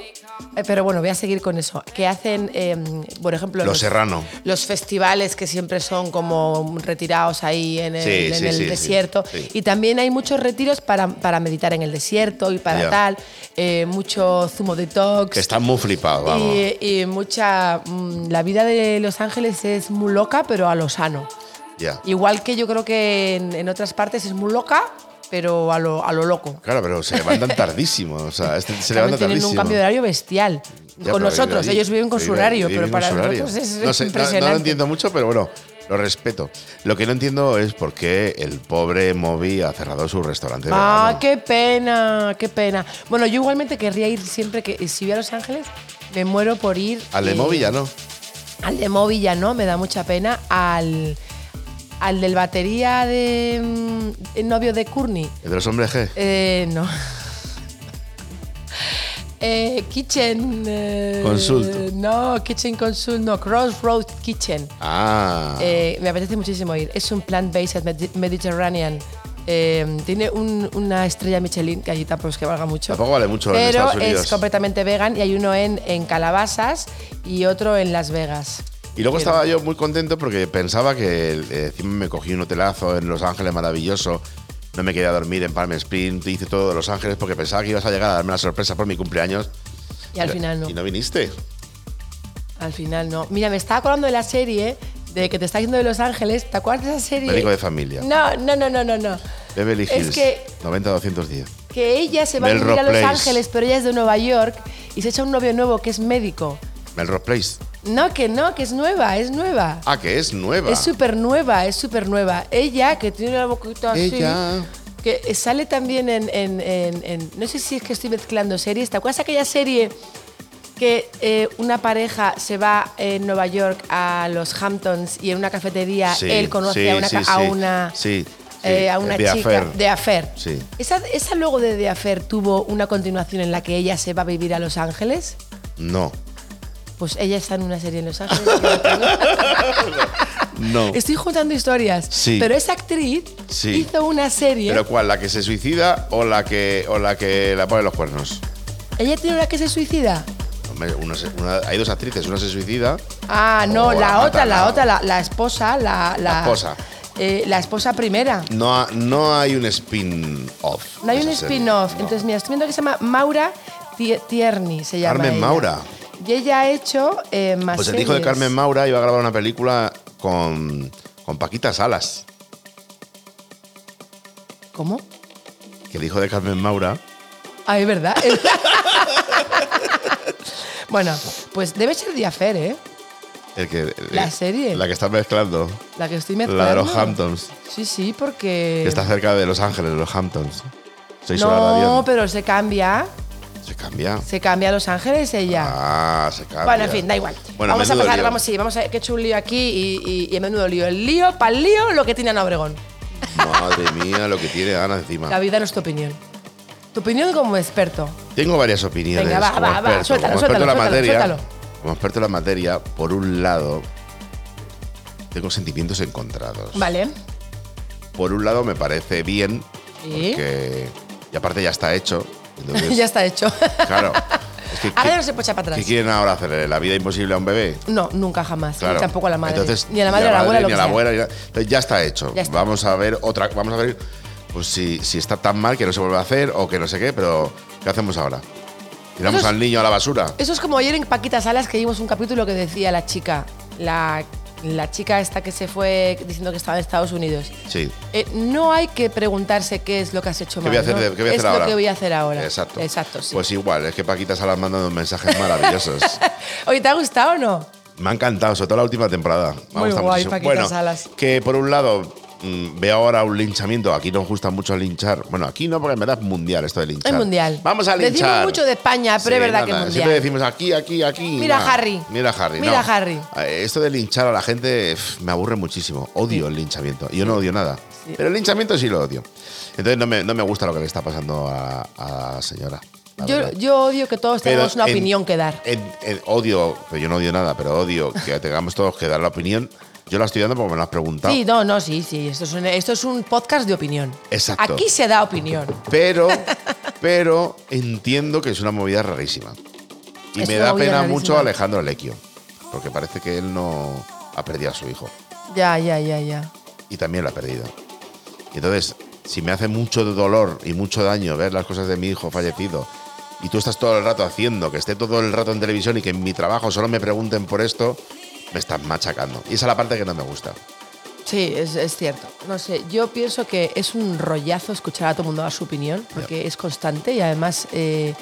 Speaker 3: Eh, Pero bueno, voy a seguir con eso. Que hacen, eh, por ejemplo,
Speaker 2: Los Serrano.
Speaker 3: los festivales que siempre son como retirados ahí en el,
Speaker 2: Sí,
Speaker 3: en
Speaker 2: sí,
Speaker 3: el
Speaker 2: sí, sí,
Speaker 3: desierto.
Speaker 2: sí.
Speaker 3: Y también hay muchos retiros para, para meditar en el desierto y para
Speaker 2: Ya.
Speaker 3: tal. eh, mucho zumo detox.
Speaker 2: Que está muy flipado, vamos.
Speaker 3: y, eh, y mucha. mm, La vida de Los Ángeles es muy loca, pero a lo sano.
Speaker 2: Ya.
Speaker 3: Igual que yo creo que en, en otras partes es muy loca, pero a lo, a lo loco.
Speaker 2: Claro, pero se levantan tardísimo. O sea, este se
Speaker 3: También
Speaker 2: levanta
Speaker 3: tienen
Speaker 2: tardísimo.
Speaker 3: un cambio de horario bestial.
Speaker 2: Ya,
Speaker 3: con
Speaker 2: pero
Speaker 3: nosotros,
Speaker 2: viven allí.
Speaker 3: ellos viven con su
Speaker 2: Viven-
Speaker 3: horario,
Speaker 2: viven
Speaker 3: pero
Speaker 2: con
Speaker 3: para
Speaker 2: su horario.
Speaker 3: nosotros es
Speaker 2: no sé, no-
Speaker 3: impresionante.
Speaker 2: No, lo entiendo mucho, pero bueno, lo respeto. Lo que no entiendo es por qué el pobre Moby ha cerrado su restaurante.
Speaker 3: Ah,
Speaker 2: vegano.
Speaker 3: qué pena, qué pena. Bueno, yo igualmente querría ir siempre que si voy a Los Ángeles, me muero por ir
Speaker 2: Al de
Speaker 3: eh,
Speaker 2: Moby ya no.
Speaker 3: Al de Moby ya no, me da mucha pena. Al, al del batería de mm, el novio de Courtney.
Speaker 2: El de los hombres G.
Speaker 3: Eh, no. Eh, kitchen. eh,
Speaker 2: Consult.
Speaker 3: No, Kitchen Consult, no, Crossroad Kitchen.
Speaker 2: Ah.
Speaker 3: Eh, me apetece muchísimo ir. Es un plant-based med- Mediterranean. Eh, tiene un- una estrella Michelin, que allí tampoco es que valga mucho.
Speaker 2: Tampoco vale mucho en
Speaker 3: Pero
Speaker 2: Estados Unidos.
Speaker 3: es completamente vegan y hay uno en, en Calabasas y otro en Las Vegas.
Speaker 2: Y luego
Speaker 3: Pero-
Speaker 2: estaba yo muy contento porque pensaba que eh, encima me cogí un hotelazo en Los Ángeles maravilloso. No me quedé a dormir en Palm Sprint, hice todo de Los Ángeles porque pensaba que ibas a llegar a darme la sorpresa por mi cumpleaños.
Speaker 3: Y al final no.
Speaker 2: Y no viniste.
Speaker 3: Al final no. Mira, me estaba acordando de la serie de que te está diciendo de Los Ángeles. ¿Te acuerdas de esa serie?
Speaker 2: Médico de familia.
Speaker 3: No, no, no, no, no, no.
Speaker 2: Beverly Hills.
Speaker 3: Es que
Speaker 2: 90-210.
Speaker 3: que ella se va a
Speaker 2: Melrose
Speaker 3: vivir a Los
Speaker 2: Place.
Speaker 3: Ángeles, pero ella es de Nueva York y se echa un novio nuevo que es médico.
Speaker 2: Melrose Place.
Speaker 3: No, que no, que es nueva, es nueva.
Speaker 2: Ah, que es nueva.
Speaker 3: Es súper nueva, es súper nueva. Ella, que tiene una boquita así.
Speaker 2: Ella.
Speaker 3: Que sale también en, en- en- en- No sé si es que estoy mezclando series. ¿Te acuerdas aquella serie que eh, una pareja se va en Nueva York a los Hamptons y en una cafetería
Speaker 2: Sí,
Speaker 3: él conoce
Speaker 2: sí,
Speaker 3: a una. ca-
Speaker 2: sí,
Speaker 3: a
Speaker 2: sí,
Speaker 3: una
Speaker 2: sí, sí.
Speaker 3: eh, a una
Speaker 2: The
Speaker 3: chica
Speaker 2: Affair.
Speaker 3: de Affair.
Speaker 2: Sí.
Speaker 3: ¿Esa, esa luego de The Affair tuvo una continuación en la que ella se va a vivir a Los Ángeles.
Speaker 2: No.
Speaker 3: Pues ella está en una serie en Los Ángeles. y yo no tengo.
Speaker 2: No.
Speaker 3: Estoy juntando historias.
Speaker 2: Sí.
Speaker 3: Pero esa actriz
Speaker 2: Sí.
Speaker 3: hizo una serie.
Speaker 2: ¿Pero cuál? ¿La que se suicida o la que, o la, que la pone los cuernos?
Speaker 3: ¿Ella tiene una que se suicida?
Speaker 2: Hombre, uno se- una- hay dos actrices, una se suicida.
Speaker 3: Ah, no,
Speaker 2: O
Speaker 3: la,
Speaker 2: la
Speaker 3: otra,
Speaker 2: matan,
Speaker 3: la
Speaker 2: ¿no?
Speaker 3: otra, la, la esposa, la, la,
Speaker 2: La esposa.
Speaker 3: eh, la esposa primera.
Speaker 2: No, ha- no hay un spin-off.
Speaker 3: No hay
Speaker 2: de
Speaker 3: un
Speaker 2: esa serie,
Speaker 3: spin-off.
Speaker 2: no.
Speaker 3: Entonces, mira, estoy viendo que se llama Maura Tie- Tierney, se llama.
Speaker 2: Carmen
Speaker 3: ella.
Speaker 2: Maura.
Speaker 3: Y ella ha hecho eh, más.
Speaker 2: Pues el hijo de
Speaker 3: series.
Speaker 2: Carmen Maura iba a grabar una película con, con Paquita Salas.
Speaker 3: ¿Cómo?
Speaker 2: Que el hijo de Carmen Maura.
Speaker 3: Ah, es verdad. bueno, pues debe ser Diafer, ¿eh?
Speaker 2: El que,
Speaker 3: La
Speaker 2: eh,
Speaker 3: serie.
Speaker 2: La que está mezclando.
Speaker 3: La que estoy
Speaker 2: La de
Speaker 3: mezclando.
Speaker 2: los Hamptons.
Speaker 3: Sí, sí, porque.
Speaker 2: Que está cerca de Los Ángeles, los Hamptons. Seis horas de
Speaker 3: Eh, no,
Speaker 2: avión.
Speaker 3: pero se cambia.
Speaker 2: Se cambia.
Speaker 3: Se cambia a Los Ángeles ella.
Speaker 2: Ah, se cambia.
Speaker 3: bueno, en fin, da igual.
Speaker 2: Bueno,
Speaker 3: vamos a
Speaker 2: menudo
Speaker 3: pasar,
Speaker 2: lío.
Speaker 3: vamos, sí, vamos a que he hecho un lío aquí y, y, y menudo lío. El lío, para el lío, lo que tiene Ana Obregón.
Speaker 2: Madre mía, lo que tiene Ana encima.
Speaker 3: La vida no es tu opinión. Tu opinión como experto.
Speaker 2: Tengo varias opiniones.
Speaker 3: Venga, va,
Speaker 2: como
Speaker 3: va, va,
Speaker 2: experto,
Speaker 3: suéltalo,
Speaker 2: como experto en la
Speaker 3: suéltalo,
Speaker 2: materia,
Speaker 3: suéltalo,
Speaker 2: Como experto en la materia, por un lado, tengo sentimientos encontrados.
Speaker 3: Vale.
Speaker 2: Por un lado, me parece bien,
Speaker 3: Sí.
Speaker 2: porque. Y aparte, ya está hecho. Entonces,
Speaker 3: ya está hecho.
Speaker 2: Claro. Es que,
Speaker 3: Ahora
Speaker 2: ¿qué-
Speaker 3: ya no se puede echar para
Speaker 2: Pues, ¿Qué
Speaker 3: atrás.
Speaker 2: quieren ahora hacerle? ¿La vida imposible a un bebé?
Speaker 3: No, nunca jamás.
Speaker 2: Claro.
Speaker 3: Y tampoco a la madre.
Speaker 2: Entonces,
Speaker 3: ni a la madre, ni a la abuela, lo
Speaker 2: ni
Speaker 3: que
Speaker 2: a la
Speaker 3: sea.
Speaker 2: abuela, ni nada. Entonces, ya está hecho.
Speaker 3: Ya está.
Speaker 2: Vamos a ver otra. Vamos a ver pues, si, si está tan mal que no se vuelve a hacer o que no sé qué, pero ¿qué hacemos ahora? ¿Tiramos
Speaker 3: Eso es-
Speaker 2: al niño a la basura?
Speaker 3: Eso es como ayer en Paquita Salas que vimos un capítulo que decía la chica, la, la chica esta que se fue diciendo que estaba en Estados Unidos.
Speaker 2: Sí.
Speaker 3: Eh, no hay que preguntarse qué es lo que has hecho
Speaker 2: ¿Qué
Speaker 3: mal.
Speaker 2: voy a hacer,
Speaker 3: ¿no?
Speaker 2: de- qué voy a
Speaker 3: es
Speaker 2: hacer ahora?
Speaker 3: lo que voy a hacer ahora.
Speaker 2: Exacto.
Speaker 3: Exacto, sí.
Speaker 2: Pues igual, es que Paquita Salas manda unos mensajes maravillosos.
Speaker 3: Oye, ¿te ha gustado o no?
Speaker 2: Me ha encantado, sobre todo la última temporada. Me ha
Speaker 3: Muy
Speaker 2: gustado
Speaker 3: guay,
Speaker 2: muchísimo.
Speaker 3: Paquita
Speaker 2: bueno,
Speaker 3: Salas.
Speaker 2: Que por un lado mm, veo ahora un linchamiento. Aquí nos gusta mucho linchar. Bueno, aquí no, porque en verdad es mundial esto de linchar.
Speaker 3: Es mundial.
Speaker 2: Vamos a linchar.
Speaker 3: Decimos mucho de España, pero es verdad que es mundial.
Speaker 2: Siempre decimos aquí, aquí, aquí.
Speaker 3: Mira
Speaker 2: nada.
Speaker 3: Harry.
Speaker 2: Mira Harry.
Speaker 3: Mira
Speaker 2: no.
Speaker 3: Harry.
Speaker 2: Eh, Esto de linchar a la gente pf, me aburre muchísimo. Odio el linchamiento. Yo no odio nada. Pero el linchamiento sí lo odio. Entonces no me, no me gusta lo que le está pasando a, a la señora. la
Speaker 3: Yo,
Speaker 2: verdad.
Speaker 3: yo odio que todos
Speaker 2: Pero
Speaker 3: tengamos una
Speaker 2: en-
Speaker 3: opinión que dar.
Speaker 2: en- en- odio, pero yo no odio nada, pero odio que tengamos todos que dar la opinión. Yo la estoy dando porque me lo has preguntado.
Speaker 3: Sí, no, no, sí, sí. Esto es un, esto es un podcast de opinión.
Speaker 2: Exacto.
Speaker 3: Aquí se da opinión.
Speaker 2: Pero, pero entiendo que es una movida rarísima. Y
Speaker 3: Es
Speaker 2: me
Speaker 3: una
Speaker 2: da
Speaker 3: movida
Speaker 2: pena
Speaker 3: rarísima.
Speaker 2: mucho Alejandro Lequio, porque parece que él no ha perdido a su hijo.
Speaker 3: Ya, ya, ya, ya.
Speaker 2: Y también lo ha perdido. Y entonces, si me hace mucho dolor y mucho daño ver las cosas de mi hijo fallecido, y tú estás todo el rato haciendo, que esté todo el rato en televisión y que en mi trabajo solo me pregunten por esto, me estás machacando. Y esa es la parte que no me gusta.
Speaker 3: Sí, es, es cierto. No sé, yo pienso que es un rollazo escuchar a todo el mundo dar su opinión, porque es constante y además eh,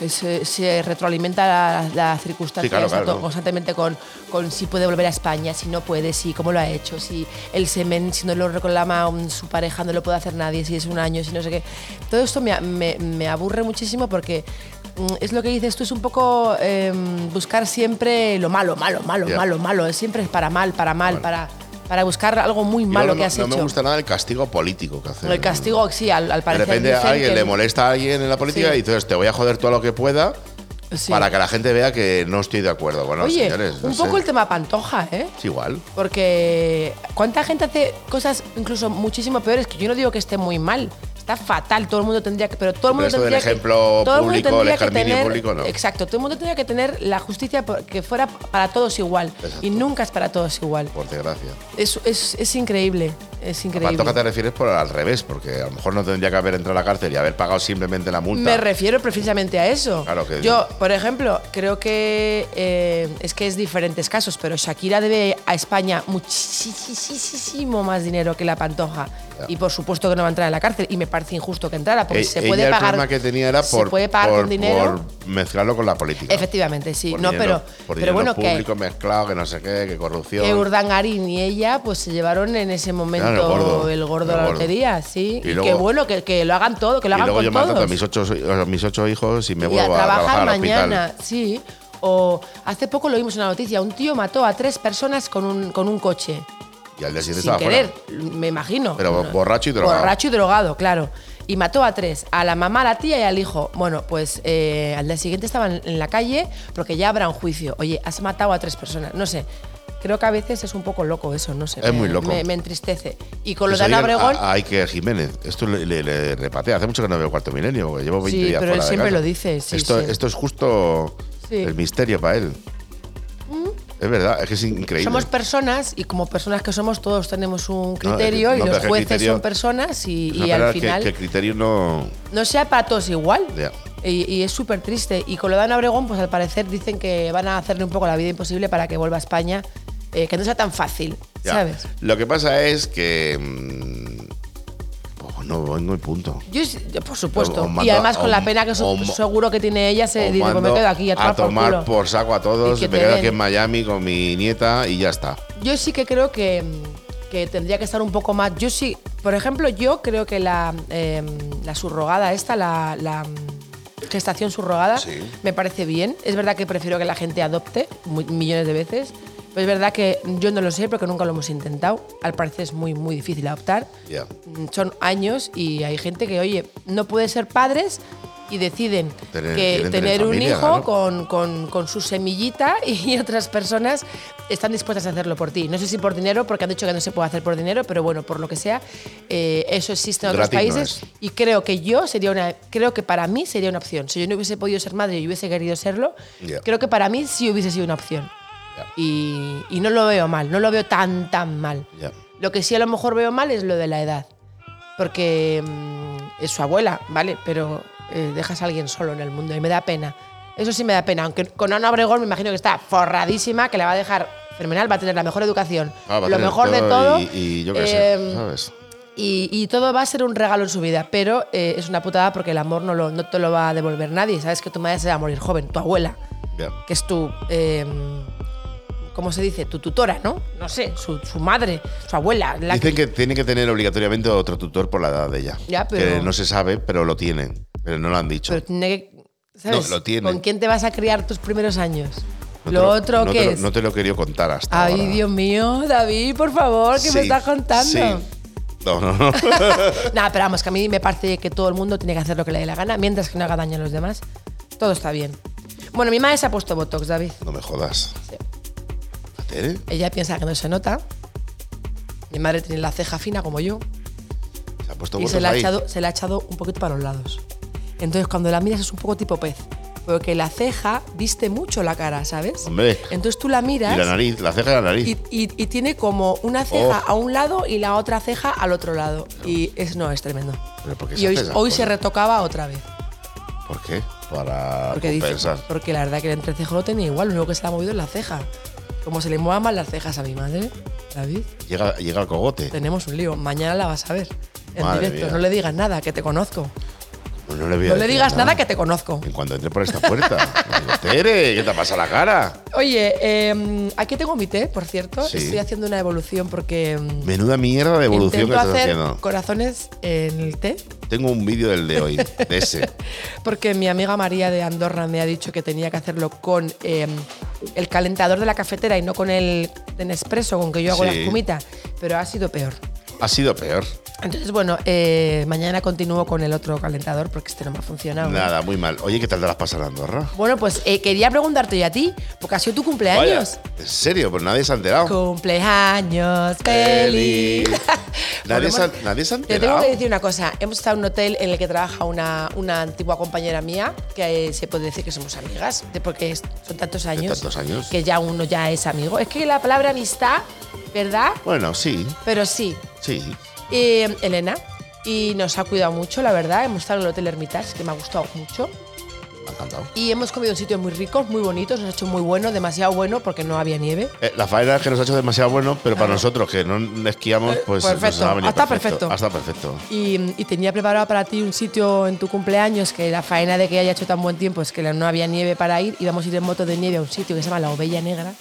Speaker 3: es- eh, se retroalimenta la, la circunstancia
Speaker 2: Sí, claro,
Speaker 3: está
Speaker 2: claro.
Speaker 3: to- constantemente con, con si puede volver a España, si no puede, si cómo lo ha hecho, si el semen, si no lo reclama mm, su pareja, no lo puede hacer nadie, si es un año, si no sé qué. Todo esto me, a- me- me aburre muchísimo porque mm, es lo que dices tú, es un poco eh, buscar siempre lo malo, malo, malo,
Speaker 2: Ya.
Speaker 3: malo, malo, es siempre es para mal, para mal,
Speaker 2: Bueno.
Speaker 3: para, para buscar algo muy
Speaker 2: Yo
Speaker 3: malo
Speaker 2: no,
Speaker 3: que has
Speaker 2: no
Speaker 3: hecho.
Speaker 2: me gusta nada el castigo político que hacen.
Speaker 3: el castigo, sí, al, al
Speaker 2: De
Speaker 3: parecer.
Speaker 2: repente
Speaker 3: dicen
Speaker 2: a alguien
Speaker 3: que-
Speaker 2: le molesta a alguien en la política
Speaker 3: Sí.
Speaker 2: y entonces te voy a joder todo lo que pueda
Speaker 3: Sí.
Speaker 2: para que la gente vea que no estoy de acuerdo. Bueno,
Speaker 3: Oye,
Speaker 2: señores, no
Speaker 3: un poco
Speaker 2: sé.
Speaker 3: el tema Pantoja, ¿eh?
Speaker 2: Es igual.
Speaker 3: Porque cuánta gente hace cosas incluso muchísimo peores, que yo no digo que esté muy mal, está fatal. Todo el mundo tendría que. Pero todo el mundo
Speaker 2: Pero esto del
Speaker 3: tendría que-
Speaker 2: ejemplo
Speaker 3: todo el mundo
Speaker 2: público,
Speaker 3: tendría
Speaker 2: el
Speaker 3: que
Speaker 2: escarminio
Speaker 3: tener-
Speaker 2: público, no.
Speaker 3: Exacto. Todo el mundo tendría que tener la justicia por- que fuera para todos igual.
Speaker 2: Exacto.
Speaker 3: Y nunca es para todos igual.
Speaker 2: Por desgracia.
Speaker 3: Es, es, es increíble. Es increíble.
Speaker 2: ¿Cuánto que te refieres por al revés? Porque a lo mejor no tendría que haber entrado a la cárcel y haber pagado simplemente la multa.
Speaker 3: Me refiero precisamente a eso.
Speaker 2: Claro que-
Speaker 3: Yo, por ejemplo, creo que eh, es que es diferentes casos, pero Shakira debe a España muchísimo más dinero que la Pantoja.
Speaker 2: Ya.
Speaker 3: Y por supuesto que no va a entrar en la cárcel. Y me parece injusto que entrara, porque
Speaker 2: E-
Speaker 3: se
Speaker 2: ella
Speaker 3: puede
Speaker 2: el
Speaker 3: pagar.
Speaker 2: problema que tenía era
Speaker 3: se
Speaker 2: por,
Speaker 3: puede pagar
Speaker 2: por-
Speaker 3: con dinero.
Speaker 2: por mezclarlo con la política.
Speaker 3: Efectivamente, sí.
Speaker 2: Por
Speaker 3: no,
Speaker 2: dinero- por
Speaker 3: pero, pero
Speaker 2: dinero
Speaker 3: bueno, que,
Speaker 2: público mezclado, que no sé qué, que corrupción.
Speaker 3: que Urdangarín y ella pues se llevaron en ese momento
Speaker 2: gordo,
Speaker 3: el gordo
Speaker 2: el
Speaker 3: de la
Speaker 2: gordo.
Speaker 3: lotería, sí.
Speaker 2: Y
Speaker 3: Y, que
Speaker 2: luego-
Speaker 3: bueno, que, que lo hagan todo, que lo
Speaker 2: y
Speaker 3: hagan
Speaker 2: luego
Speaker 3: con
Speaker 2: yo mato a
Speaker 3: todos.
Speaker 2: mis ocho, a mis ocho hijos y me
Speaker 3: y a
Speaker 2: vuelvo a
Speaker 3: trabajar
Speaker 2: trabajar al hospital.
Speaker 3: mañana, sí. O hace poco lo vimos en la noticia, un tío mató a tres personas con un, con un coche.
Speaker 2: Y al día siguiente
Speaker 3: Sin
Speaker 2: estaba fuera.
Speaker 3: querer, me imagino.
Speaker 2: Pero borracho y drogado.
Speaker 3: Borracho y drogado, claro. Y mató a tres, a la mamá, a la tía y al hijo. Bueno, pues eh, al día siguiente estaban en la calle porque ya habrá un juicio. Oye, has matado a tres personas, no sé. Creo que a veces es un poco loco eso, no sé.
Speaker 2: Es
Speaker 3: me-
Speaker 2: muy loco.
Speaker 3: Me, me entristece. Y con lo
Speaker 2: Pues
Speaker 3: de Ana
Speaker 2: oigan,
Speaker 3: Obregón,
Speaker 2: a- a Iker Jiménez, esto le, le- le repatea. Hace mucho que no veo Cuarto Milenio, porque llevo 20
Speaker 3: Sí,
Speaker 2: días
Speaker 3: pero él
Speaker 2: fuera de
Speaker 3: siempre
Speaker 2: casa.
Speaker 3: lo dice, sí,
Speaker 2: esto,
Speaker 3: sí.
Speaker 2: esto es justo
Speaker 3: Sí. Mm.
Speaker 2: el misterio para él. Es verdad, es que es increíble.
Speaker 3: Somos personas y como personas que somos todos tenemos un
Speaker 2: No,
Speaker 3: criterio
Speaker 2: no,
Speaker 3: y
Speaker 2: pero es
Speaker 3: los
Speaker 2: que el
Speaker 3: jueces
Speaker 2: criterio-
Speaker 3: son personas y,
Speaker 2: Es
Speaker 3: y
Speaker 2: una pena
Speaker 3: al
Speaker 2: que-
Speaker 3: final
Speaker 2: que, el criterio no.
Speaker 3: no sea para todos igual.
Speaker 2: Ya.
Speaker 3: Y, y es súper triste. Y con lo de Ana Obregón, pues al parecer dicen que van a hacerle un poco la vida imposible para que vuelva a España, eh, que no sea tan fácil,
Speaker 2: ya.
Speaker 3: ¿sabes?
Speaker 2: Lo que pasa es que. mm, oh, no vengo y punto.
Speaker 3: Yo, es- yo, por supuesto.
Speaker 2: O- o
Speaker 3: y
Speaker 2: mando-
Speaker 3: además con
Speaker 2: o-
Speaker 3: la pena que su-
Speaker 2: o-
Speaker 3: seguro que tiene ella, se
Speaker 2: Os
Speaker 3: dice, pues me
Speaker 2: mando
Speaker 3: quedo aquí a tomar, por
Speaker 2: tomar
Speaker 3: culo".
Speaker 2: por saco a todos.
Speaker 3: Y que
Speaker 2: Me
Speaker 3: te
Speaker 2: quedo
Speaker 3: den.
Speaker 2: aquí en Miami con mi nieta y ya está.
Speaker 3: Yo sí que creo que, mm, que tendría que estar un poco más. Yo sí, por ejemplo, yo creo que la, eh, la subrogada, esta, la, la, mm, gestación subrogada,
Speaker 2: Sí.
Speaker 3: me parece bien. Es verdad que prefiero que la gente adopte mu- millones de veces. Pero es verdad que yo no lo sé porque nunca lo hemos intentado. Al parecer es muy, muy difícil adoptar.
Speaker 2: Ya.
Speaker 3: Mm, Son años y hay gente que, oye, no puede ser padres y deciden
Speaker 2: Tener-
Speaker 3: que
Speaker 2: quieren tener
Speaker 3: tener, un
Speaker 2: familia,
Speaker 3: hijo
Speaker 2: claro.
Speaker 3: con, con- con su semillita y otras personas están dispuestas a hacerlo por ti. No sé si por dinero, porque han dicho que no se puede hacer por dinero, pero bueno, por lo que sea, eh, eso existe en otros
Speaker 2: Gratis no
Speaker 3: países.
Speaker 2: es.
Speaker 3: y creo que yo sería una, creo que para mí sería una opción. Si yo no hubiese podido ser madre y hubiese querido serlo,
Speaker 2: Ya.
Speaker 3: creo que para mí sí hubiese sido una opción.
Speaker 2: Ya.
Speaker 3: Y, y no lo veo mal, no lo veo tan, tan mal.
Speaker 2: Ya.
Speaker 3: Lo que sí a lo mejor veo mal es lo de la edad. Porque mm, es su abuela, ¿vale? Pero eh, dejas a alguien solo en el mundo y me da pena. Eso sí me da pena. Aunque con Ana Obregón me imagino que está forradísima, que la va a dejar fenomenal, va a tener la mejor educación,
Speaker 2: Ah, va a
Speaker 3: lo
Speaker 2: tener
Speaker 3: mejor de todo.
Speaker 2: Y, y yo qué
Speaker 3: em,
Speaker 2: sé, ¿sabes?
Speaker 3: y, y todo va a ser un regalo en su vida, pero eh, es una putada porque el amor no, lo- no te lo va a devolver nadie. Sabes que tu madre se va a morir joven, tu abuela,
Speaker 2: Ya.
Speaker 3: que es tu. eh, ¿Cómo se dice? Tu tutora, ¿no? No sé, su, su madre, su abuela. La que-
Speaker 2: Dicen que tiene que tener obligatoriamente otro tutor por la edad de ella.
Speaker 3: Ya, pero-
Speaker 2: Que no se sabe, pero lo tienen. Pero no lo han dicho.
Speaker 3: Pero tiene que. ¿Sabes?
Speaker 2: No, lo tiene.
Speaker 3: ¿Con quién te vas a criar tus primeros años?
Speaker 2: No te
Speaker 3: lo, otro
Speaker 2: no
Speaker 3: que
Speaker 2: te lo-
Speaker 3: es.
Speaker 2: No te lo he querido contar hasta
Speaker 3: Ay,
Speaker 2: ahora.
Speaker 3: Dios mío, David, por favor, ¿qué
Speaker 2: Sí,
Speaker 3: me estás contando?
Speaker 2: sí. No, no, no.
Speaker 3: Nada, pero vamos, que a mí me parece que todo el mundo tiene que hacer lo que le dé la gana, mientras que no haga daño a los demás. Todo está bien. Bueno, mi madre se ha puesto Botox, David.
Speaker 2: No me jodas. ¿eh?
Speaker 3: Sí.
Speaker 2: ¿La tele?
Speaker 3: Ella piensa que no se nota. Mi madre tiene la ceja fina como yo
Speaker 2: Se ha puesto
Speaker 3: y se la, ha
Speaker 2: ahí.
Speaker 3: echado, se la ha echado un poquito para los lados. Entonces, cuando la miras es un poco tipo pez, porque la ceja viste mucho la cara, ¿sabes?
Speaker 2: Hombre.
Speaker 3: Entonces tú la miras
Speaker 2: Y la nariz, la ceja de la nariz.
Speaker 3: y, y- y tiene como una ceja
Speaker 2: Oh.
Speaker 3: a un lado y la otra ceja al otro lado. Y es, no, es tremendo.
Speaker 2: ¿Pero por qué
Speaker 3: Y
Speaker 2: se
Speaker 3: hoy,
Speaker 2: hace esas
Speaker 3: hoy se
Speaker 2: cosas?
Speaker 3: retocaba otra vez.
Speaker 2: ¿Por qué? Para
Speaker 3: Porque, dice-
Speaker 2: compensar.
Speaker 3: porque la verdad que el entrecejo lo tenía igual, lo único que se le ha movido es la ceja. Como se le muevan más las cejas a mi madre, David,
Speaker 2: Llega, llega el cogote.
Speaker 3: tenemos un lío. Mañana la vas a ver. En
Speaker 2: Madre
Speaker 3: directo,
Speaker 2: mía.
Speaker 3: no le digas nada, que te conozco.
Speaker 2: No, no le, voy a
Speaker 3: No le
Speaker 2: decir
Speaker 3: digas nada que te conozco.
Speaker 2: En cuanto entré por esta puerta, le digo, Tere, ¿qué te pasa la cara?
Speaker 3: Oye, eh, aquí tengo mi té, por cierto.
Speaker 2: Sí.
Speaker 3: Estoy haciendo una evolución porque mm,
Speaker 2: Menuda mierda de evolución que
Speaker 3: intento
Speaker 2: estás
Speaker 3: hacer
Speaker 2: haciendo.
Speaker 3: corazones en el té.
Speaker 2: Tengo un vídeo del de hoy, de ese.
Speaker 3: Porque mi amiga María de Andorra me ha dicho que tenía que hacerlo con eh, el calentador de la cafetera y no con el de Nespresso con que yo hago
Speaker 2: Sí.
Speaker 3: la espumita. Pero ha sido peor.
Speaker 2: Ha sido peor.
Speaker 3: Entonces, bueno, eh, mañana continúo con el otro calentador porque este no me ha funcionado. ¿no?
Speaker 2: Nada, muy mal. Oye, ¿qué tal te las pasas en Andorra?
Speaker 3: Bueno, pues eh, quería preguntarte yo a ti, porque ha sido tu cumpleaños.
Speaker 2: Vaya, ¿En serio? Pues nadie se ha enterado.
Speaker 3: Cumpleaños feliz.
Speaker 2: Feliz. Nadie se ha-
Speaker 3: hemos-
Speaker 2: nadie se ha
Speaker 3: Te tengo
Speaker 2: enterado.
Speaker 3: que decir una cosa. Hemos estado en un hotel en el que trabaja una, una antigua compañera mía, que eh, se puede decir que somos amigas, de- porque es- son tantos años,
Speaker 2: tantos años.
Speaker 3: que ya uno ya es amigo. Es que la palabra amistad, ¿verdad?
Speaker 2: Bueno, sí,
Speaker 3: Pero sí,
Speaker 2: sí.
Speaker 3: eh, Elena. Y nos ha cuidado mucho, la verdad. Hemos estado en el Hotel Hermitage, que me ha gustado mucho.
Speaker 2: Me ha encantado.
Speaker 3: Y hemos comido en sitios muy ricos, muy bonitos. Nos ha hecho muy bueno, demasiado bueno, porque no había nieve.
Speaker 2: Eh, la faena es que nos ha hecho demasiado bueno, pero para nosotros que no esquiamos,
Speaker 3: Eh,
Speaker 2: pues
Speaker 3: perfecto.
Speaker 2: nos ha venido
Speaker 3: Hasta perfecto.
Speaker 2: Hasta perfecto.
Speaker 3: Y, y tenía preparado para ti un sitio en tu cumpleaños que la faena de que haya hecho tan buen tiempo es que no había nieve para ir. Íbamos a ir en moto de nieve a un sitio que se llama La Ovella Negra,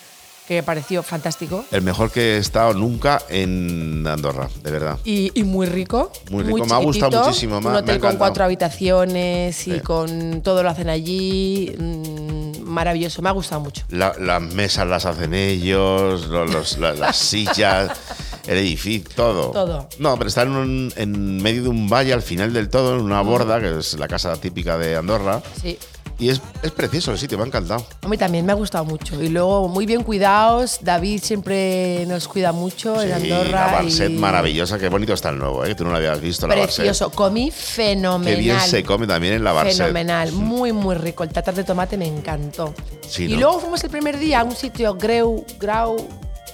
Speaker 3: que me pareció fantástico
Speaker 2: El mejor que he estado nunca en Andorra, de verdad.
Speaker 3: y, y muy rico.
Speaker 2: Muy rico, me ha gustado
Speaker 3: chiquitito,
Speaker 2: muchísimo, me ha-
Speaker 3: Un
Speaker 2: me ha
Speaker 3: hotel con
Speaker 2: encantado.
Speaker 3: cuatro habitaciones y
Speaker 2: Sí.
Speaker 3: con todo lo hacen allí. mm, maravilloso, me ha gustado mucho.
Speaker 2: La- las mesas las hacen ellos, lo- los- la- las sillas, el edificio, todo.
Speaker 3: Todo.
Speaker 2: No, pero está en, un- en medio de un valle al final del todo, en una borda, que es la casa típica de Andorra.
Speaker 3: Sí.
Speaker 2: Y es, es precioso el sitio, me ha encantado.
Speaker 3: A mí también me ha gustado mucho. Y luego, muy bien cuidados. David siempre nos cuida mucho en
Speaker 2: Sí,
Speaker 3: Andorra.
Speaker 2: la Barset
Speaker 3: y-
Speaker 2: maravillosa, qué bonito está el nuevo, ¿eh? Tú no lo habías visto, la Barset.
Speaker 3: Precioso. Comí
Speaker 2: Qué
Speaker 3: fenomenal.
Speaker 2: bien se come también en la Barset.
Speaker 3: Fenomenal, muy, muy rico. El tatar de tomate me encantó.
Speaker 2: Sí,
Speaker 3: y
Speaker 2: ¿no?
Speaker 3: luego fuimos el primer día a un sitio, Greu, Grau.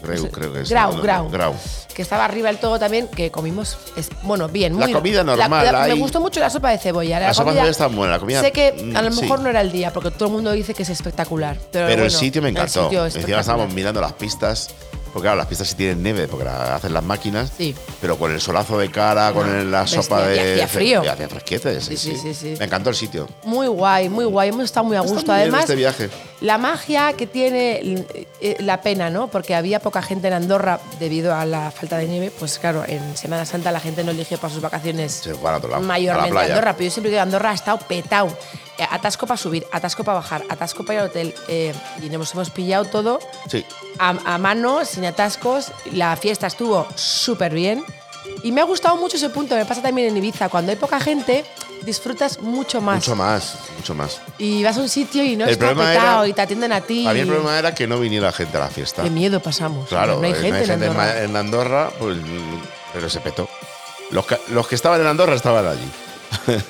Speaker 2: Greu,
Speaker 3: no sé,
Speaker 2: creo que es,
Speaker 3: Grau,
Speaker 2: no, no,
Speaker 3: Grau,
Speaker 2: Grau.
Speaker 3: Que estaba arriba del todo también, que comimos, es- bueno, bien.
Speaker 2: La
Speaker 3: muy-
Speaker 2: comida normal,
Speaker 3: me
Speaker 2: ahí.
Speaker 3: gustó mucho la sopa de cebolla.
Speaker 2: La sopa de cebolla está buena, la comida,
Speaker 3: Sé que a lo
Speaker 2: mm, sí.
Speaker 3: mejor no era el día, porque todo el mundo dice que es espectacular. Pero,
Speaker 2: Pero
Speaker 3: bueno,
Speaker 2: el sitio me
Speaker 3: el
Speaker 2: encantó.
Speaker 3: sitio
Speaker 2: Encima estábamos
Speaker 3: espectacular.
Speaker 2: mirando las pistas. Porque claro, las pistas sí tienen nieve, porque la hacen las máquinas.
Speaker 3: Sí.
Speaker 2: Pero con el solazo de cara, con la
Speaker 3: bestia,
Speaker 2: sopa de.
Speaker 3: y hacía frío.
Speaker 2: y hacía fresquete, sí,
Speaker 3: Sí,
Speaker 2: sí,
Speaker 3: sí, sí, sí.
Speaker 2: Me encantó el sitio.
Speaker 3: Muy guay, muy guay. Hemos estado muy a
Speaker 2: Está
Speaker 3: gusto.
Speaker 2: muy bien
Speaker 3: Además,
Speaker 2: este viaje.
Speaker 3: la magia que tiene eh, eh, la pena, ¿no? Porque había poca gente en Andorra debido a la falta de nieve. Pues claro, en Semana Santa la gente no elige para sus vacaciones
Speaker 2: Se van a otro lado, a la
Speaker 3: mayormente
Speaker 2: playa.
Speaker 3: Andorra. Pero yo siempre que Andorra ha estado petao. Eh, Atasco para subir, atasco para bajar, atasco para ir al hotel. eh, y nos hemos pillado todo
Speaker 2: Sí.
Speaker 3: a, a mano, sin atascos. La fiesta estuvo súper bien. Y me ha gustado mucho ese punto. Me pasa también en Ibiza. Cuando hay poca gente, disfrutas mucho más.
Speaker 2: Mucho más, mucho más.
Speaker 3: Y vas a un sitio y no
Speaker 2: El
Speaker 3: está
Speaker 2: problema
Speaker 3: petado
Speaker 2: era-
Speaker 3: y te atienden a ti.
Speaker 2: A mí el problema era que no viniera gente a la fiesta.
Speaker 3: Qué miedo pasamos.
Speaker 2: Claro,
Speaker 3: no hay
Speaker 2: eh,
Speaker 3: gente
Speaker 2: en
Speaker 3: en Andorra.
Speaker 2: Ma- en Andorra, pues, pero se petó. Los que, los que estaban en Andorra estaban allí.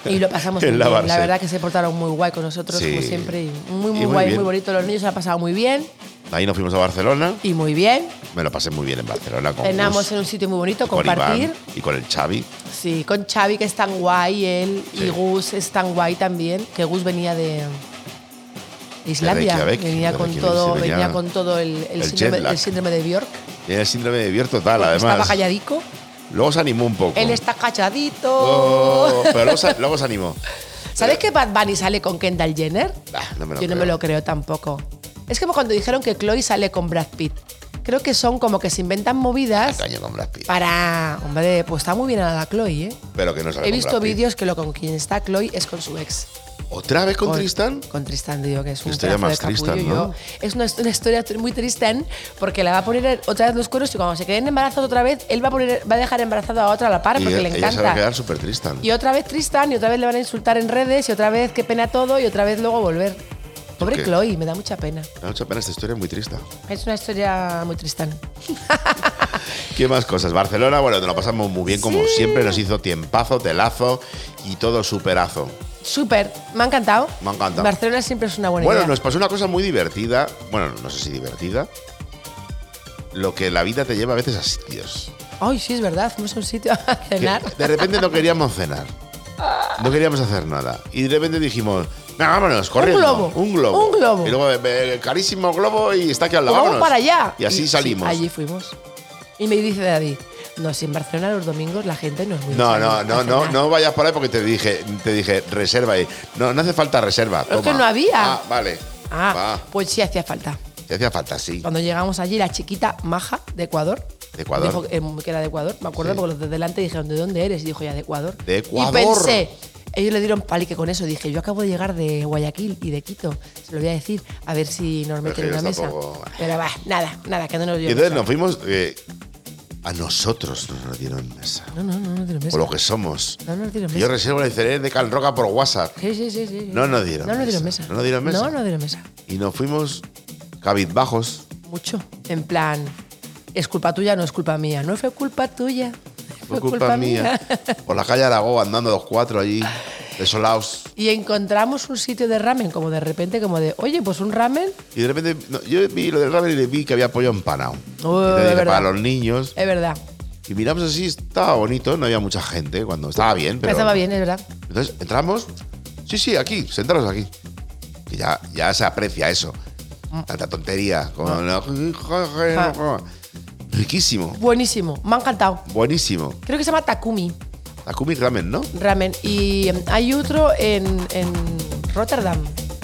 Speaker 3: Y lo pasamos
Speaker 2: en
Speaker 3: muy
Speaker 2: la
Speaker 3: bien. La
Speaker 2: Barset.
Speaker 3: verdad que se portaron muy guay con nosotros,
Speaker 2: Sí.
Speaker 3: como siempre. y muy,
Speaker 2: Y
Speaker 3: muy
Speaker 2: muy
Speaker 3: guay,
Speaker 2: bien.
Speaker 3: muy bonito. Los niños se lo han pasado muy bien
Speaker 2: Ahí nos fuimos a Barcelona.
Speaker 3: y muy bien.
Speaker 2: Me lo pasé muy bien en Barcelona. Con
Speaker 3: Cenamos
Speaker 2: Gus,
Speaker 3: en un sitio muy bonito,
Speaker 2: con Iván
Speaker 3: compartir.
Speaker 2: y con el Xavi.
Speaker 3: Sí, con Xavi, que es tan guay, él.
Speaker 2: Sí.
Speaker 3: Y Gus es tan guay también. Que Gus venía de. de Islandia,
Speaker 2: Reykjavik,
Speaker 3: venía
Speaker 2: de
Speaker 3: con,
Speaker 2: Reykjavik,
Speaker 3: todo,
Speaker 2: sí,
Speaker 3: venía,
Speaker 2: venía-
Speaker 3: con todo el, el
Speaker 2: el
Speaker 3: síndrome,
Speaker 2: jet lag.
Speaker 3: el síndrome de Bjork.
Speaker 2: Tiene el síndrome de Bier total,
Speaker 3: Estaba
Speaker 2: además.
Speaker 3: calladico,
Speaker 2: Luego se animó un poco.
Speaker 3: él está cachadito.
Speaker 2: Oh, pero luego se, luego se animó.
Speaker 3: ¿Sabes que Bad Bunny sale con Kendall Jenner?
Speaker 2: Ah, no me lo
Speaker 3: Yo no
Speaker 2: creo.
Speaker 3: me lo creo tampoco. Es como cuando dijeron que Chloe sale con Brad Pitt. Creo que son como que se inventan movidas
Speaker 2: Caño con Brad
Speaker 3: Ah,
Speaker 2: Pitt.
Speaker 3: para. Hombre, pues está muy bien a la Chloe, ¿eh?
Speaker 2: Pero que no sale
Speaker 3: He
Speaker 2: con
Speaker 3: visto
Speaker 2: Brad Pitt.
Speaker 3: vídeos que lo con quien está Chloe es con su ex.
Speaker 2: ¿Otra vez con, Tristan?
Speaker 3: Con Tristan, digo, que es un
Speaker 2: Historia
Speaker 3: pedazo de
Speaker 2: más
Speaker 3: capullo,
Speaker 2: Tristan, ¿no?
Speaker 3: yo- Es una, una historia muy Tristan porque la va a poner otra vez los cueros y cuando se queden embarazados otra vez, él va a, poner, va a dejar embarazada a otra a la par
Speaker 2: Y
Speaker 3: porque
Speaker 2: ella,
Speaker 3: le
Speaker 2: ella se va a
Speaker 3: encanta.
Speaker 2: quedar súper Tristan.
Speaker 3: Y otra vez Tristan, y otra vez le van a insultar en redes, y otra vez qué pena todo, y otra vez luego volver. Pobre
Speaker 2: qué?
Speaker 3: Chloe, me da mucha pena.
Speaker 2: Me da mucha pena esta historia, es muy triste.
Speaker 3: Es una historia muy Tristan.
Speaker 2: ¿Qué más cosas? Barcelona, bueno, te lo pasamos muy bien como siempre. Nos hizo tiempazo, telazo y todo superazo.
Speaker 3: Súper, me ha encantado.
Speaker 2: Me ha encantado.
Speaker 3: Barcelona siempre es una buena
Speaker 2: Bueno,
Speaker 3: idea.
Speaker 2: nos pasó una cosa muy divertida. Bueno, no sé si divertida. Lo que la vida te lleva a veces a sitios.
Speaker 3: Ay, sí, es verdad, fuimos a un sitio a
Speaker 2: que
Speaker 3: cenar. Pues
Speaker 2: de repente no queríamos cenar. No queríamos hacer nada. Y de repente dijimos, "Venga, vámonos, corriendo.
Speaker 3: globo,
Speaker 2: Un globo.
Speaker 3: un globo.
Speaker 2: Y luego, eh, carísimo globo y está aquí al lado.
Speaker 3: Pues vamos
Speaker 2: vámonos".
Speaker 3: para allá.
Speaker 2: Y así
Speaker 3: sí,
Speaker 2: salimos.
Speaker 3: allí fuimos. Y me dice David, no, si en Barcelona los domingos la gente no es muy
Speaker 2: no,
Speaker 3: de
Speaker 2: no,
Speaker 3: salir a
Speaker 2: no, no,
Speaker 3: cenar".
Speaker 2: no vayas por ahí porque te dije, te dije, reserva ahí. No, no hace falta reserva.
Speaker 3: Pero es
Speaker 2: toma.
Speaker 3: que no había.
Speaker 2: Ah, vale.
Speaker 3: Ah,
Speaker 2: Va.
Speaker 3: pues sí hacía falta.
Speaker 2: Te hacía falta, sí.
Speaker 3: Cuando llegamos allí, la chiquita maja de Ecuador.
Speaker 2: De Ecuador.
Speaker 3: Dijo eh, que era de Ecuador. Me acuerdo
Speaker 2: Sí.
Speaker 3: porque los de delante dijeron, ¿de dónde eres? Y dijo, ya de Ecuador.
Speaker 2: De Ecuador.
Speaker 3: Y pensé, ellos le dieron palique con eso. Dije, yo acabo de llegar de Guayaquil y de Quito. Se lo voy a decir, a ver si
Speaker 2: Pero
Speaker 3: nos meten
Speaker 2: que
Speaker 3: en una
Speaker 2: ellos
Speaker 3: mesa.
Speaker 2: tampoco-
Speaker 3: Pero va, nada, nada, que no nos
Speaker 2: Y
Speaker 3: dio
Speaker 2: entonces
Speaker 3: mesa.
Speaker 2: nos fuimos. eh, A nosotros nos lo dieron en mesa.
Speaker 3: No, no, no, no te lo
Speaker 2: O
Speaker 3: meses.
Speaker 2: lo que somos.
Speaker 3: No nos dieron
Speaker 2: Yo
Speaker 3: mesa.
Speaker 2: reservo el cereal de Can Roca por WhatsApp.
Speaker 3: Sí, sí, sí, sí.
Speaker 2: No nos dieron
Speaker 3: No nos dieron
Speaker 2: mesa.
Speaker 3: mesa.
Speaker 2: No nos dieron mesa.
Speaker 3: No nos dieron mesa.
Speaker 2: Y nos fuimos cabizbajos.
Speaker 3: Mucho. En plan, es culpa tuya, no es culpa mía. No fue culpa tuya.
Speaker 2: Fue culpa, mía. Por la calle Aragó, andando los cuatro allí, desolados.
Speaker 3: Y encontramos un sitio de ramen, como de repente, como de, oye, pues un ramen.
Speaker 2: Y de repente, no, yo vi lo del ramen y le vi que había pollo empanado.
Speaker 3: Oh,
Speaker 2: Y te
Speaker 3: es
Speaker 2: dije,
Speaker 3: verdad.
Speaker 2: para los niños.
Speaker 3: Es verdad.
Speaker 2: Y miramos así, estaba bonito, no había mucha gente cuando estaba bien. Pero
Speaker 3: Estaba bien, es verdad.
Speaker 2: Entonces entramos. Sí, sí, aquí, sentaros aquí. Y ya, ya se aprecia eso. Tanta tontería. como la- Riquísimo,
Speaker 3: Buenísimo. Me ha encantado.
Speaker 2: buenísimo.
Speaker 3: Creo que se llama Takumi
Speaker 2: Takumi Ramen, ¿no?
Speaker 3: Ramen. Y em, hay otro en, en Rotterdam.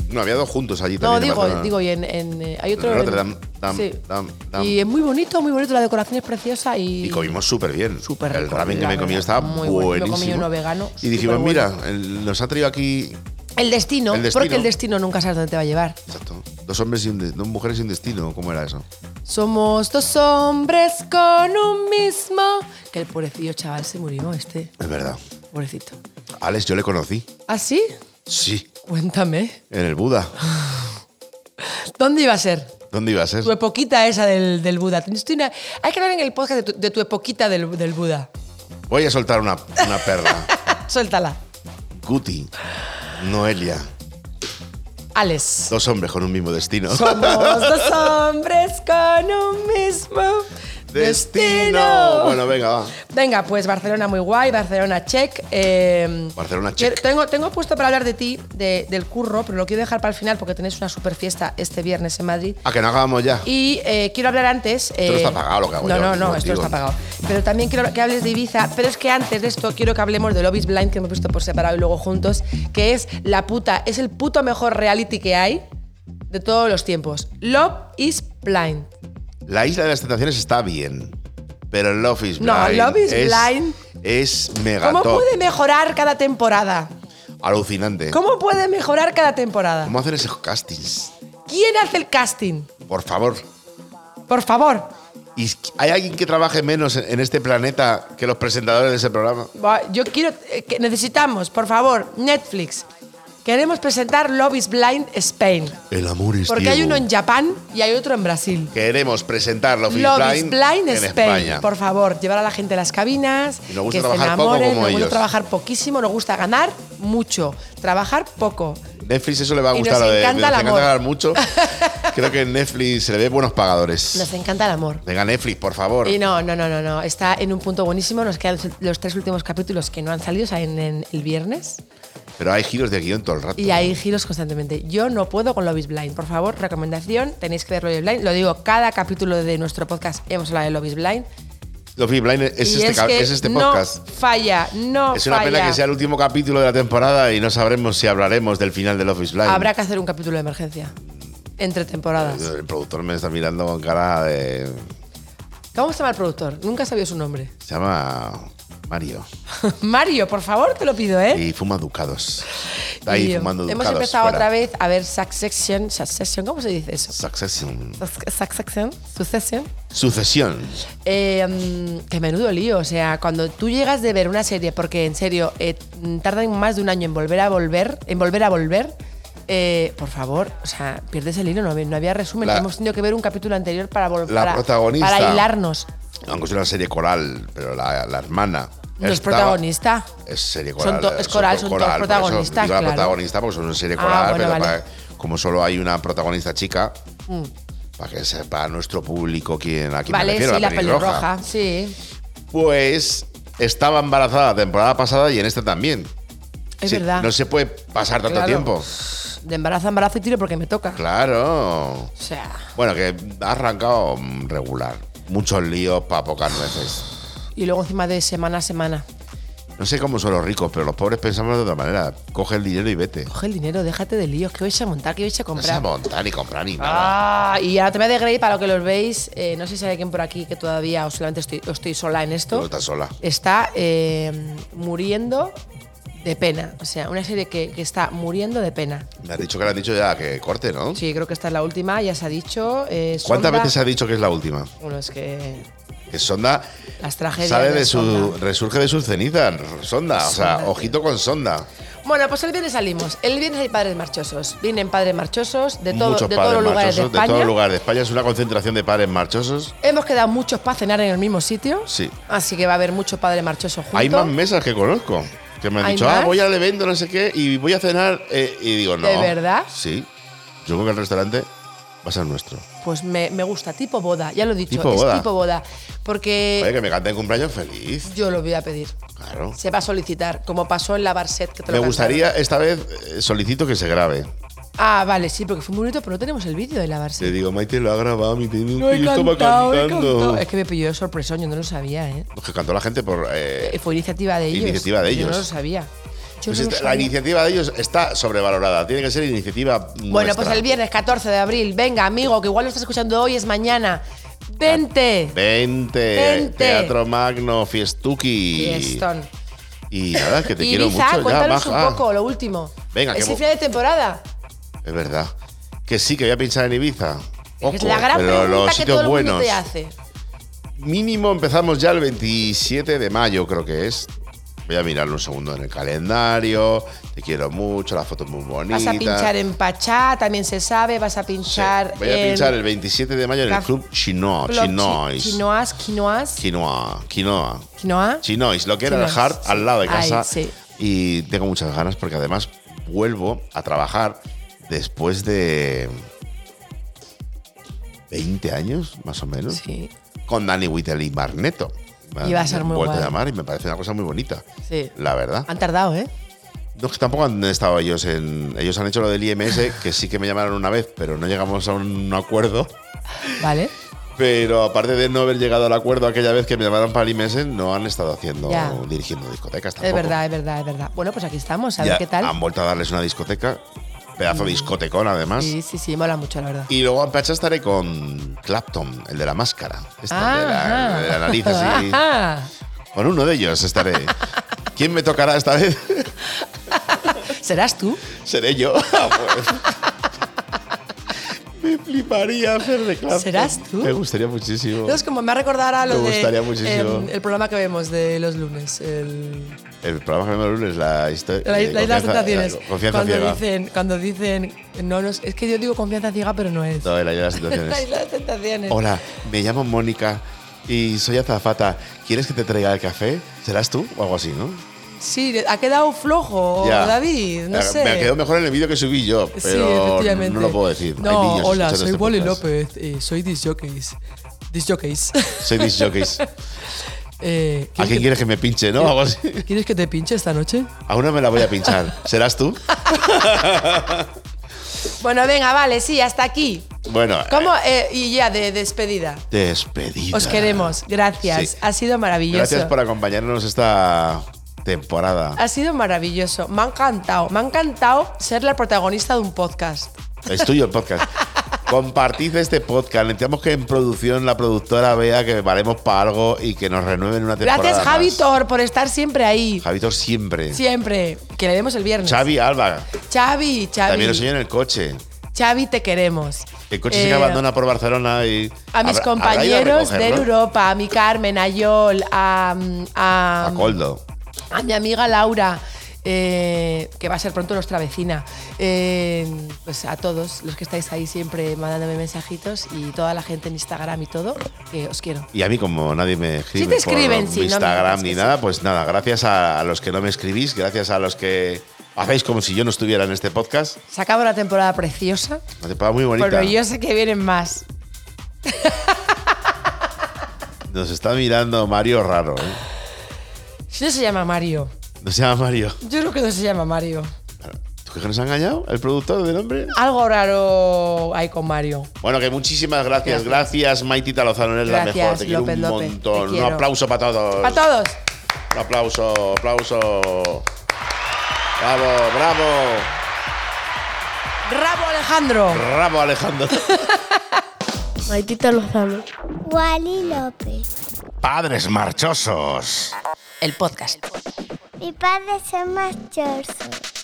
Speaker 2: No, había dos juntos allí
Speaker 3: No,
Speaker 2: también. en
Speaker 3: digo,
Speaker 2: Barcelona.
Speaker 3: digo, y en, en, eh, hay otro. en-
Speaker 2: Rotterdam, dam,
Speaker 3: sí.
Speaker 2: dam, dam.
Speaker 3: Y es muy bonito, muy bonito, la decoración es preciosa y.
Speaker 2: Y comimos súper bien.
Speaker 3: Súper
Speaker 2: El
Speaker 3: rico,
Speaker 2: ramen que
Speaker 3: la
Speaker 2: me
Speaker 3: verdad.
Speaker 2: comí estaba
Speaker 3: Muy bueno. Yo comí
Speaker 2: buenísimo.
Speaker 3: uno vegano,
Speaker 2: Y dijimos,
Speaker 3: superbueno.
Speaker 2: mira, el- nos ha traído aquí
Speaker 3: El destino,
Speaker 2: El destino.
Speaker 3: porque el destino nunca sabes dónde te va a llevar.
Speaker 2: exacto, dos hombres y un de- dos mujeres y un destino. ¿Cómo era eso?
Speaker 3: Somos dos hombres con un mismo. Que el pobrecillo chaval se murió, este.
Speaker 2: Es verdad.
Speaker 3: Pobrecito.
Speaker 2: Alex, yo le conocí.
Speaker 3: ¿Ah, sí?
Speaker 2: Sí,
Speaker 3: Cuéntame.
Speaker 2: en el Buda.
Speaker 3: ¿Dónde iba a ser?
Speaker 2: ¿Dónde eh? iba a ser?
Speaker 3: Tu epoquita esa del, del Buda. Tienes tú una- Hay que hablar en el podcast de tu, de tu epoquita del, del Buda. Ah,
Speaker 2: Voy a soltar una, una perla.
Speaker 3: Suéltala.
Speaker 2: Guti, Noelia,
Speaker 3: Alex.
Speaker 2: dos hombres con un mismo destino.
Speaker 3: Somos dos hombres con un mismo destino.
Speaker 2: Bueno, venga, va.
Speaker 3: Venga, pues Barcelona muy guay, Barcelona check. eh,
Speaker 2: Barcelona
Speaker 3: quiero-
Speaker 2: check.
Speaker 3: Tengo, tengo puesto para hablar de ti, de- del curro, pero lo quiero dejar para el final porque tenéis una super fiesta este viernes en Madrid.
Speaker 2: A que no acabamos ya.
Speaker 3: Y eh, quiero hablar antes.
Speaker 2: no
Speaker 3: eh,
Speaker 2: está pagado, lo que hago
Speaker 3: No,
Speaker 2: yo
Speaker 3: no,
Speaker 2: aquí
Speaker 3: no, esto no
Speaker 2: contigo.
Speaker 3: está pagado. Pero también quiero que hables de Ibiza. Pero es que antes de esto quiero que hablemos de Lobby's Blind, que me he puesto por separado y luego juntos, que es la puta, es el puto mejor reality que hay de todos los tiempos. Love is Blind.
Speaker 2: La isla de las tentaciones está bien, pero Love is Blind.
Speaker 3: No, Love is
Speaker 2: es,
Speaker 3: Blind.
Speaker 2: Es mega
Speaker 3: ¿Cómo
Speaker 2: top.
Speaker 3: puede mejorar cada temporada?
Speaker 2: Alucinante.
Speaker 3: ¿Cómo puede mejorar cada temporada?
Speaker 2: ¿Cómo hacen esos castings?
Speaker 3: ¿Quién hace el casting?
Speaker 2: Por favor.
Speaker 3: Por favor.
Speaker 2: ¿Y es que- ¿Hay alguien que trabaje menos en en este planeta que los presentadores de ese programa?
Speaker 3: Va, Yo quiero. eh, que necesitamos, por favor, Netflix. Queremos presentar Love is Blind Spain.
Speaker 2: El amor es
Speaker 3: Porque hay uno en Japón y hay otro en Brasil.
Speaker 2: Queremos presentar Love, is
Speaker 3: Love
Speaker 2: Blind,
Speaker 3: is Blind
Speaker 2: en
Speaker 3: Spain.
Speaker 2: España.
Speaker 3: Por favor, llevar a la gente a las cabinas,
Speaker 2: Y nos gusta
Speaker 3: que se
Speaker 2: trabajar poco
Speaker 3: enamoren.
Speaker 2: como
Speaker 3: nos gusta
Speaker 2: ellos.
Speaker 3: trabajar poquísimo, nos gusta ganar mucho, trabajar poco.
Speaker 2: Netflix eso le va a
Speaker 3: Y
Speaker 2: gustar.
Speaker 3: nos
Speaker 2: lo de-
Speaker 3: encanta
Speaker 2: nos
Speaker 3: el
Speaker 2: encanta
Speaker 3: amor.
Speaker 2: ganar mucho. Creo que en Netflix se le ve buenos pagadores.
Speaker 3: Nos encanta el amor.
Speaker 2: Venga, Netflix, por favor.
Speaker 3: Y no, no, no, no, no. Está en un punto buenísimo. Nos quedan los- los tres últimos capítulos que no han salido, salen en el viernes.
Speaker 2: Pero hay giros de guión todo el rato.
Speaker 3: Y hay giros constantemente. Yo no puedo con Lobby's Blind. Por favor, recomendación, tenéis que ver Lobby's Blind. Lo digo, cada capítulo de nuestro podcast hemos hablado de Lobby's Blind.
Speaker 2: Love is Blind es,
Speaker 3: y
Speaker 2: este,
Speaker 3: es
Speaker 2: ca-
Speaker 3: que
Speaker 2: es este
Speaker 3: no
Speaker 2: podcast.
Speaker 3: falla, no
Speaker 2: Es una pena
Speaker 3: falla.
Speaker 2: que sea el último capítulo de la temporada y no sabremos si hablaremos del final de Love is Blind.
Speaker 3: Habrá que hacer un capítulo de emergencia. Entre temporadas.
Speaker 2: El productor me está mirando con cara de.
Speaker 3: ¿Cómo se llama el productor? Nunca sabía su nombre.
Speaker 2: Se llama Mario.
Speaker 3: Mario, por favor, te lo pido, ¿eh?
Speaker 2: Y fuma ducados. Está ahí
Speaker 3: Y, eh,
Speaker 2: fumando
Speaker 3: hemos
Speaker 2: ducados.
Speaker 3: empezado
Speaker 2: fuera.
Speaker 3: otra vez a ver Succession. Succession, ¿cómo se dice eso?
Speaker 2: Succession.
Speaker 3: Sus- Succession. Succession.
Speaker 2: Sucesión.
Speaker 3: Eh, mm, que menudo lío, o sea, cuando tú llegas de ver una serie, porque en serio, eh, mm, tardan más de un año en volver a volver, en volver a volver, eh, por favor, o sea, pierdes el hilo, no, había- no había resumen,
Speaker 2: La-
Speaker 3: hemos tenido que ver un capítulo anterior para volver
Speaker 2: la
Speaker 3: para,
Speaker 2: protagonista-
Speaker 3: para hilarnos.
Speaker 2: Aunque es una serie coral, pero la, la hermana.
Speaker 3: No es
Speaker 2: estaba-
Speaker 3: protagonista.
Speaker 2: Es serie
Speaker 3: Son
Speaker 2: coral.
Speaker 3: to- es coral,
Speaker 2: to-
Speaker 3: son todos
Speaker 2: por eso
Speaker 3: protagonistas,
Speaker 2: digo la
Speaker 3: claro.
Speaker 2: protagonista porque son una serie
Speaker 3: Ah,
Speaker 2: coral,
Speaker 3: bueno,
Speaker 2: pero
Speaker 3: vale. Mm.
Speaker 2: para- como solo hay una protagonista chica, para que sepa nuestro público quién, a quién me
Speaker 3: Vale,
Speaker 2: refiero,
Speaker 3: sí, la
Speaker 2: pelirroja.
Speaker 3: pelirroja, sí.
Speaker 2: Pues estaba embarazada la temporada pasada y en esta también.
Speaker 3: Es
Speaker 2: Sí,
Speaker 3: verdad.
Speaker 2: No se puede pasar tanto
Speaker 3: Claro.
Speaker 2: tiempo.
Speaker 3: De embarazo a embarazo y tiro porque me toca.
Speaker 2: Claro.
Speaker 3: O sea,
Speaker 2: Bueno, que ha arrancado mm, regular. Muchos líos para pocas veces.
Speaker 3: y luego encima de semana a semana.
Speaker 2: No sé cómo son los ricos, pero los pobres pensamos de otra manera. Coge el dinero y vete.
Speaker 3: Coge el dinero, déjate de líos, que vais a montar, que vais
Speaker 2: No
Speaker 3: a
Speaker 2: se
Speaker 3: comprar.
Speaker 2: montar ni comprar ni nada.
Speaker 3: Ah, y ahora te me de Grey, para lo que los veis, eh, no sé si hay alguien por aquí que todavía o solamente estoy, o estoy sola en
Speaker 2: Tú
Speaker 3: esto,
Speaker 2: estás sola.
Speaker 3: está eh, muriendo de pena. O sea, una serie que, que está muriendo de pena.
Speaker 2: Me has dicho que le han dicho ya que corte, ¿no?
Speaker 3: Sí, creo que esta es la última, ya se ha dicho. eh,
Speaker 2: ¿Cuántas
Speaker 3: Sonda-
Speaker 2: veces se ha dicho que es la última?
Speaker 3: Bueno, es que
Speaker 2: Que Sonda
Speaker 3: Las tragedias
Speaker 2: sale
Speaker 3: de
Speaker 2: de su,
Speaker 3: Sonda.
Speaker 2: resurge de sus cenizas. Sonda, o sea,
Speaker 3: Sonda, tío.
Speaker 2: ojito con Sonda.
Speaker 3: Bueno, pues el viernes salimos. El viernes hay padres marchosos. Vienen padres marchosos de, todo-
Speaker 2: Muchos
Speaker 3: de todos
Speaker 2: padres
Speaker 3: los lugares de
Speaker 2: marchosos,
Speaker 3: España.
Speaker 2: todo lugar de España. Es una concentración de padres marchosos.
Speaker 3: Hemos quedado muchos para cenar en el mismo sitio.
Speaker 2: Sí.
Speaker 3: Así que va a haber muchos padres marchosos juntos.
Speaker 2: Hay más mesas que conozco. Que me han
Speaker 3: ¿Hay
Speaker 2: dicho, ah,
Speaker 3: más?
Speaker 2: voy al evento, no sé qué, y voy a cenar. eh, y digo, no.
Speaker 3: ¿De verdad?
Speaker 2: Sí. Yo creo que el restaurante va a ser nuestro.
Speaker 3: Pues me, me gusta, tipo boda, ya lo he dicho,
Speaker 2: Tipo
Speaker 3: es
Speaker 2: boda.
Speaker 3: tipo boda. Porque
Speaker 2: Oye, que me cante el cumpleaños feliz.
Speaker 3: yo lo voy a pedir.
Speaker 2: Claro.
Speaker 3: Se va a solicitar, como pasó en la Barset que te
Speaker 2: Me
Speaker 3: lo
Speaker 2: gustaría, esta vez, eh, solicito que se grabe.
Speaker 3: cantaron. Ah, vale, sí, porque fue muy bonito, pero no tenemos el vídeo de la
Speaker 2: Le
Speaker 3: Barset.
Speaker 2: digo, Maite lo ha grabado, mi tío,
Speaker 3: No
Speaker 2: y estaba
Speaker 3: he
Speaker 2: cantando.
Speaker 3: cantado. Es que me pilló de sorpresón, yo no lo sabía, ¿eh?
Speaker 2: Los que cantó la gente por. eh,
Speaker 3: Eh, Fue iniciativa de ellos.
Speaker 2: Iniciativa de
Speaker 3: Yo
Speaker 2: ellos.
Speaker 3: no lo sabía. Yo
Speaker 2: pues
Speaker 3: no lo
Speaker 2: esta- la
Speaker 3: sabía.
Speaker 2: iniciativa de ellos está sobrevalorada. Tiene que ser iniciativa.
Speaker 3: Bueno,
Speaker 2: nuestra.
Speaker 3: pues el viernes 14 de abril, venga, amigo, que igual lo estás escuchando hoy, es mañana. ¡Vente!
Speaker 2: 20.
Speaker 3: Vente.
Speaker 2: Teatro Magno, Fiestuki.
Speaker 3: Fiestón.
Speaker 2: Y nada, que te
Speaker 3: Y
Speaker 2: quiero
Speaker 3: Ibiza,
Speaker 2: mucho. Ya,
Speaker 3: cuéntanos
Speaker 2: baja.
Speaker 3: un poco, lo último.
Speaker 2: Venga,
Speaker 3: es
Speaker 2: que
Speaker 3: el
Speaker 2: mo-
Speaker 3: final de temporada.
Speaker 2: Es verdad. Que sí, que voy a pinchar en Ibiza. Ojo,
Speaker 3: es la gran
Speaker 2: pero los
Speaker 3: pregunta que
Speaker 2: sitios
Speaker 3: todo el mundo
Speaker 2: buenos.
Speaker 3: te hace.
Speaker 2: Mínimo empezamos ya el 27 de mayo, creo que es. Voy a mirarlo un segundo en el calendario. Te quiero mucho, la foto es muy bonita.
Speaker 3: Vas a pinchar en Pachá, también se sabe, vas a
Speaker 2: Sí,
Speaker 3: pinchar
Speaker 2: Voy a
Speaker 3: en
Speaker 2: pinchar el 27 de mayo en el
Speaker 3: Caf-
Speaker 2: club Chinois.
Speaker 3: Club Chi-
Speaker 2: Chinois.
Speaker 3: Chinoas, quinoas,
Speaker 2: Quinoa. Quinoa.
Speaker 3: quinoa.
Speaker 2: Chinois, lo que era el
Speaker 3: Chinois,
Speaker 2: Hart
Speaker 3: sí.
Speaker 2: al lado de
Speaker 3: Ahí,
Speaker 2: casa.
Speaker 3: sí.
Speaker 2: Y tengo muchas ganas porque además vuelvo a trabajar después de 20 años, más o menos,
Speaker 3: Sí,
Speaker 2: con Danny Whittle y Marneto.
Speaker 3: Y va a ser muy
Speaker 2: Vuelvo a
Speaker 3: guay.
Speaker 2: llamar y me parece una cosa muy bonita,
Speaker 3: sí.
Speaker 2: la verdad.
Speaker 3: Han tardado, ¿eh?
Speaker 2: No, que tampoco han estado ellos en... Ellos han hecho lo del IMS, que sí que me llamaron una vez, pero no llegamos a un acuerdo.
Speaker 3: Vale.
Speaker 2: Pero aparte de no haber llegado al acuerdo aquella vez que me llamaron para el IMS, no han estado haciendo,
Speaker 3: Ya.
Speaker 2: dirigiendo discotecas tampoco.
Speaker 3: Es verdad, es verdad, es verdad. Bueno, pues aquí estamos, a ver
Speaker 2: Ya
Speaker 3: qué tal. Mm.
Speaker 2: Han vuelto a darles una discoteca, pedazo de discotecón además.
Speaker 3: Sí, sí, sí, mola mucho, la verdad.
Speaker 2: Y luego en PH estaré con Clapton, el de la máscara. Esta, de, la,
Speaker 3: Ajá.
Speaker 2: de la nariz así.
Speaker 3: Ajá.
Speaker 2: Con uno de ellos estaré. ¿Quién me tocará esta vez?
Speaker 3: ¿Serás tú?
Speaker 2: Seré yo. Ah, pues. me fliparía hacer de Clapton.
Speaker 3: ¿Serás tú?
Speaker 2: Me gustaría muchísimo.
Speaker 3: Entonces, como me ha recordado ahora lo
Speaker 2: Oh. Me gustaría
Speaker 3: de,
Speaker 2: muchísimo.
Speaker 3: em, el programa que vemos de los lunes, el,
Speaker 2: El programa que me lunes, la historia.
Speaker 3: la, isla de las tentaciones.
Speaker 2: Confianza
Speaker 3: cuando
Speaker 2: ciega.
Speaker 3: dicen, cuando dicen, no, no, es es que yo digo confianza ciega, pero no es.
Speaker 2: No, en la isla de las
Speaker 3: La
Speaker 2: tentaciones.
Speaker 3: isla de las tentaciones.
Speaker 2: Hola, me llamo Mónica y soy azafata. ¿Quieres que te traiga el café? ¿Serás tú? O algo así, ¿no?
Speaker 3: Sí, ha quedado flojo,
Speaker 2: Ya.
Speaker 3: Oh,
Speaker 2: Eh,
Speaker 3: David, no
Speaker 2: Me-
Speaker 3: sé.
Speaker 2: Me quedó mejor en el vídeo que subí yo,
Speaker 3: Sí,
Speaker 2: pero
Speaker 3: efectivamente.
Speaker 2: no lo puedo decir. Hay
Speaker 3: No,
Speaker 2: niños
Speaker 3: hola,
Speaker 2: escuchando
Speaker 3: soy
Speaker 2: este
Speaker 3: Wally
Speaker 2: podcast.
Speaker 3: López, eh, soy disjockeys. Disjockeys.
Speaker 2: Soy disc jockeys.
Speaker 3: eh,
Speaker 2: ¿A quién
Speaker 3: ¿quieres,
Speaker 2: quieres que me pinche, no? Algo así.
Speaker 3: que, ¿Quieres que te pinche esta noche?
Speaker 2: A una me la voy a pinchar. ¿Serás tú?
Speaker 3: Bueno, venga, vale, sí, hasta aquí.
Speaker 2: Bueno.
Speaker 3: ¿Cómo?
Speaker 2: eh,
Speaker 3: Eh, y ya, de despedida.
Speaker 2: Despedida.
Speaker 3: Os queremos, gracias.
Speaker 2: Sí.
Speaker 3: Ha sido maravilloso.
Speaker 2: Gracias por acompañarnos esta temporada.
Speaker 3: Ha sido maravilloso. Me ha encantado. Me ha encantado ser la protagonista de un podcast.
Speaker 2: Es tuyo el podcast. Compartid este podcast. Necesitamos que en producción la productora vea que valemos para algo y que nos renueven una temporada.
Speaker 3: Gracias,
Speaker 2: más.
Speaker 3: Javi Tor, por estar siempre ahí.
Speaker 2: Javitor siempre.
Speaker 3: Siempre. Que le vemos el viernes.
Speaker 2: Xavi Alba.
Speaker 3: Xavi, Xavi.
Speaker 2: También lo enseñó en el coche.
Speaker 3: Xavi, te queremos.
Speaker 2: El coche
Speaker 3: Eh,
Speaker 2: se que abandona por Barcelona y.
Speaker 3: A mis
Speaker 2: habrá- habrá ido a
Speaker 3: compañeros de
Speaker 2: recogerlo.
Speaker 3: Europa, a mi Carmen, a Yol, a, a,
Speaker 2: A Coldo.
Speaker 3: a mi amiga Laura, eh, que va a ser pronto nuestra vecina. Eh, pues a todos los que estáis ahí siempre mandándome mensajitos y toda la gente en Instagram y todo, que os quiero.
Speaker 2: Y a mí, como nadie me escribe
Speaker 3: Sí te escriben,
Speaker 2: por
Speaker 3: sí, no me
Speaker 2: Instagram
Speaker 3: digas
Speaker 2: ni
Speaker 3: que
Speaker 2: nada, pues nada, gracias a, a los que no me escribís, gracias a los que hacéis como si yo no estuviera en este podcast.
Speaker 3: Se acaba una temporada preciosa,
Speaker 2: Una temporada muy bonita.
Speaker 3: pero Pues yo sé que vienen más.
Speaker 2: Nos está mirando Mario raro, ¿eh?
Speaker 3: No se llama Mario.
Speaker 2: No se llama Mario.
Speaker 3: Yo creo que no se llama Mario.
Speaker 2: ¿Tú crees que nos ha engañado el productor del hombre?
Speaker 3: Algo raro hay con Mario.
Speaker 2: Bueno, que muchísimas gracias. Gracias,
Speaker 3: Gracias.
Speaker 2: Maitita Lozano, eres
Speaker 3: Gracias,
Speaker 2: la mejor. Te quiero
Speaker 3: López
Speaker 2: un
Speaker 3: López, te
Speaker 2: montón. Un
Speaker 3: quiero.
Speaker 2: aplauso para todos.
Speaker 3: ¡Para todos!
Speaker 2: Un aplauso, aplauso. Bravo, bravo.
Speaker 3: ¡Rabo Alejandro!
Speaker 2: Bravo, Alejandro.
Speaker 4: Maitita Lozano.
Speaker 5: Wally López.
Speaker 2: Padres marchosos.
Speaker 3: El podcast.
Speaker 5: Mi padre es el más chorzo.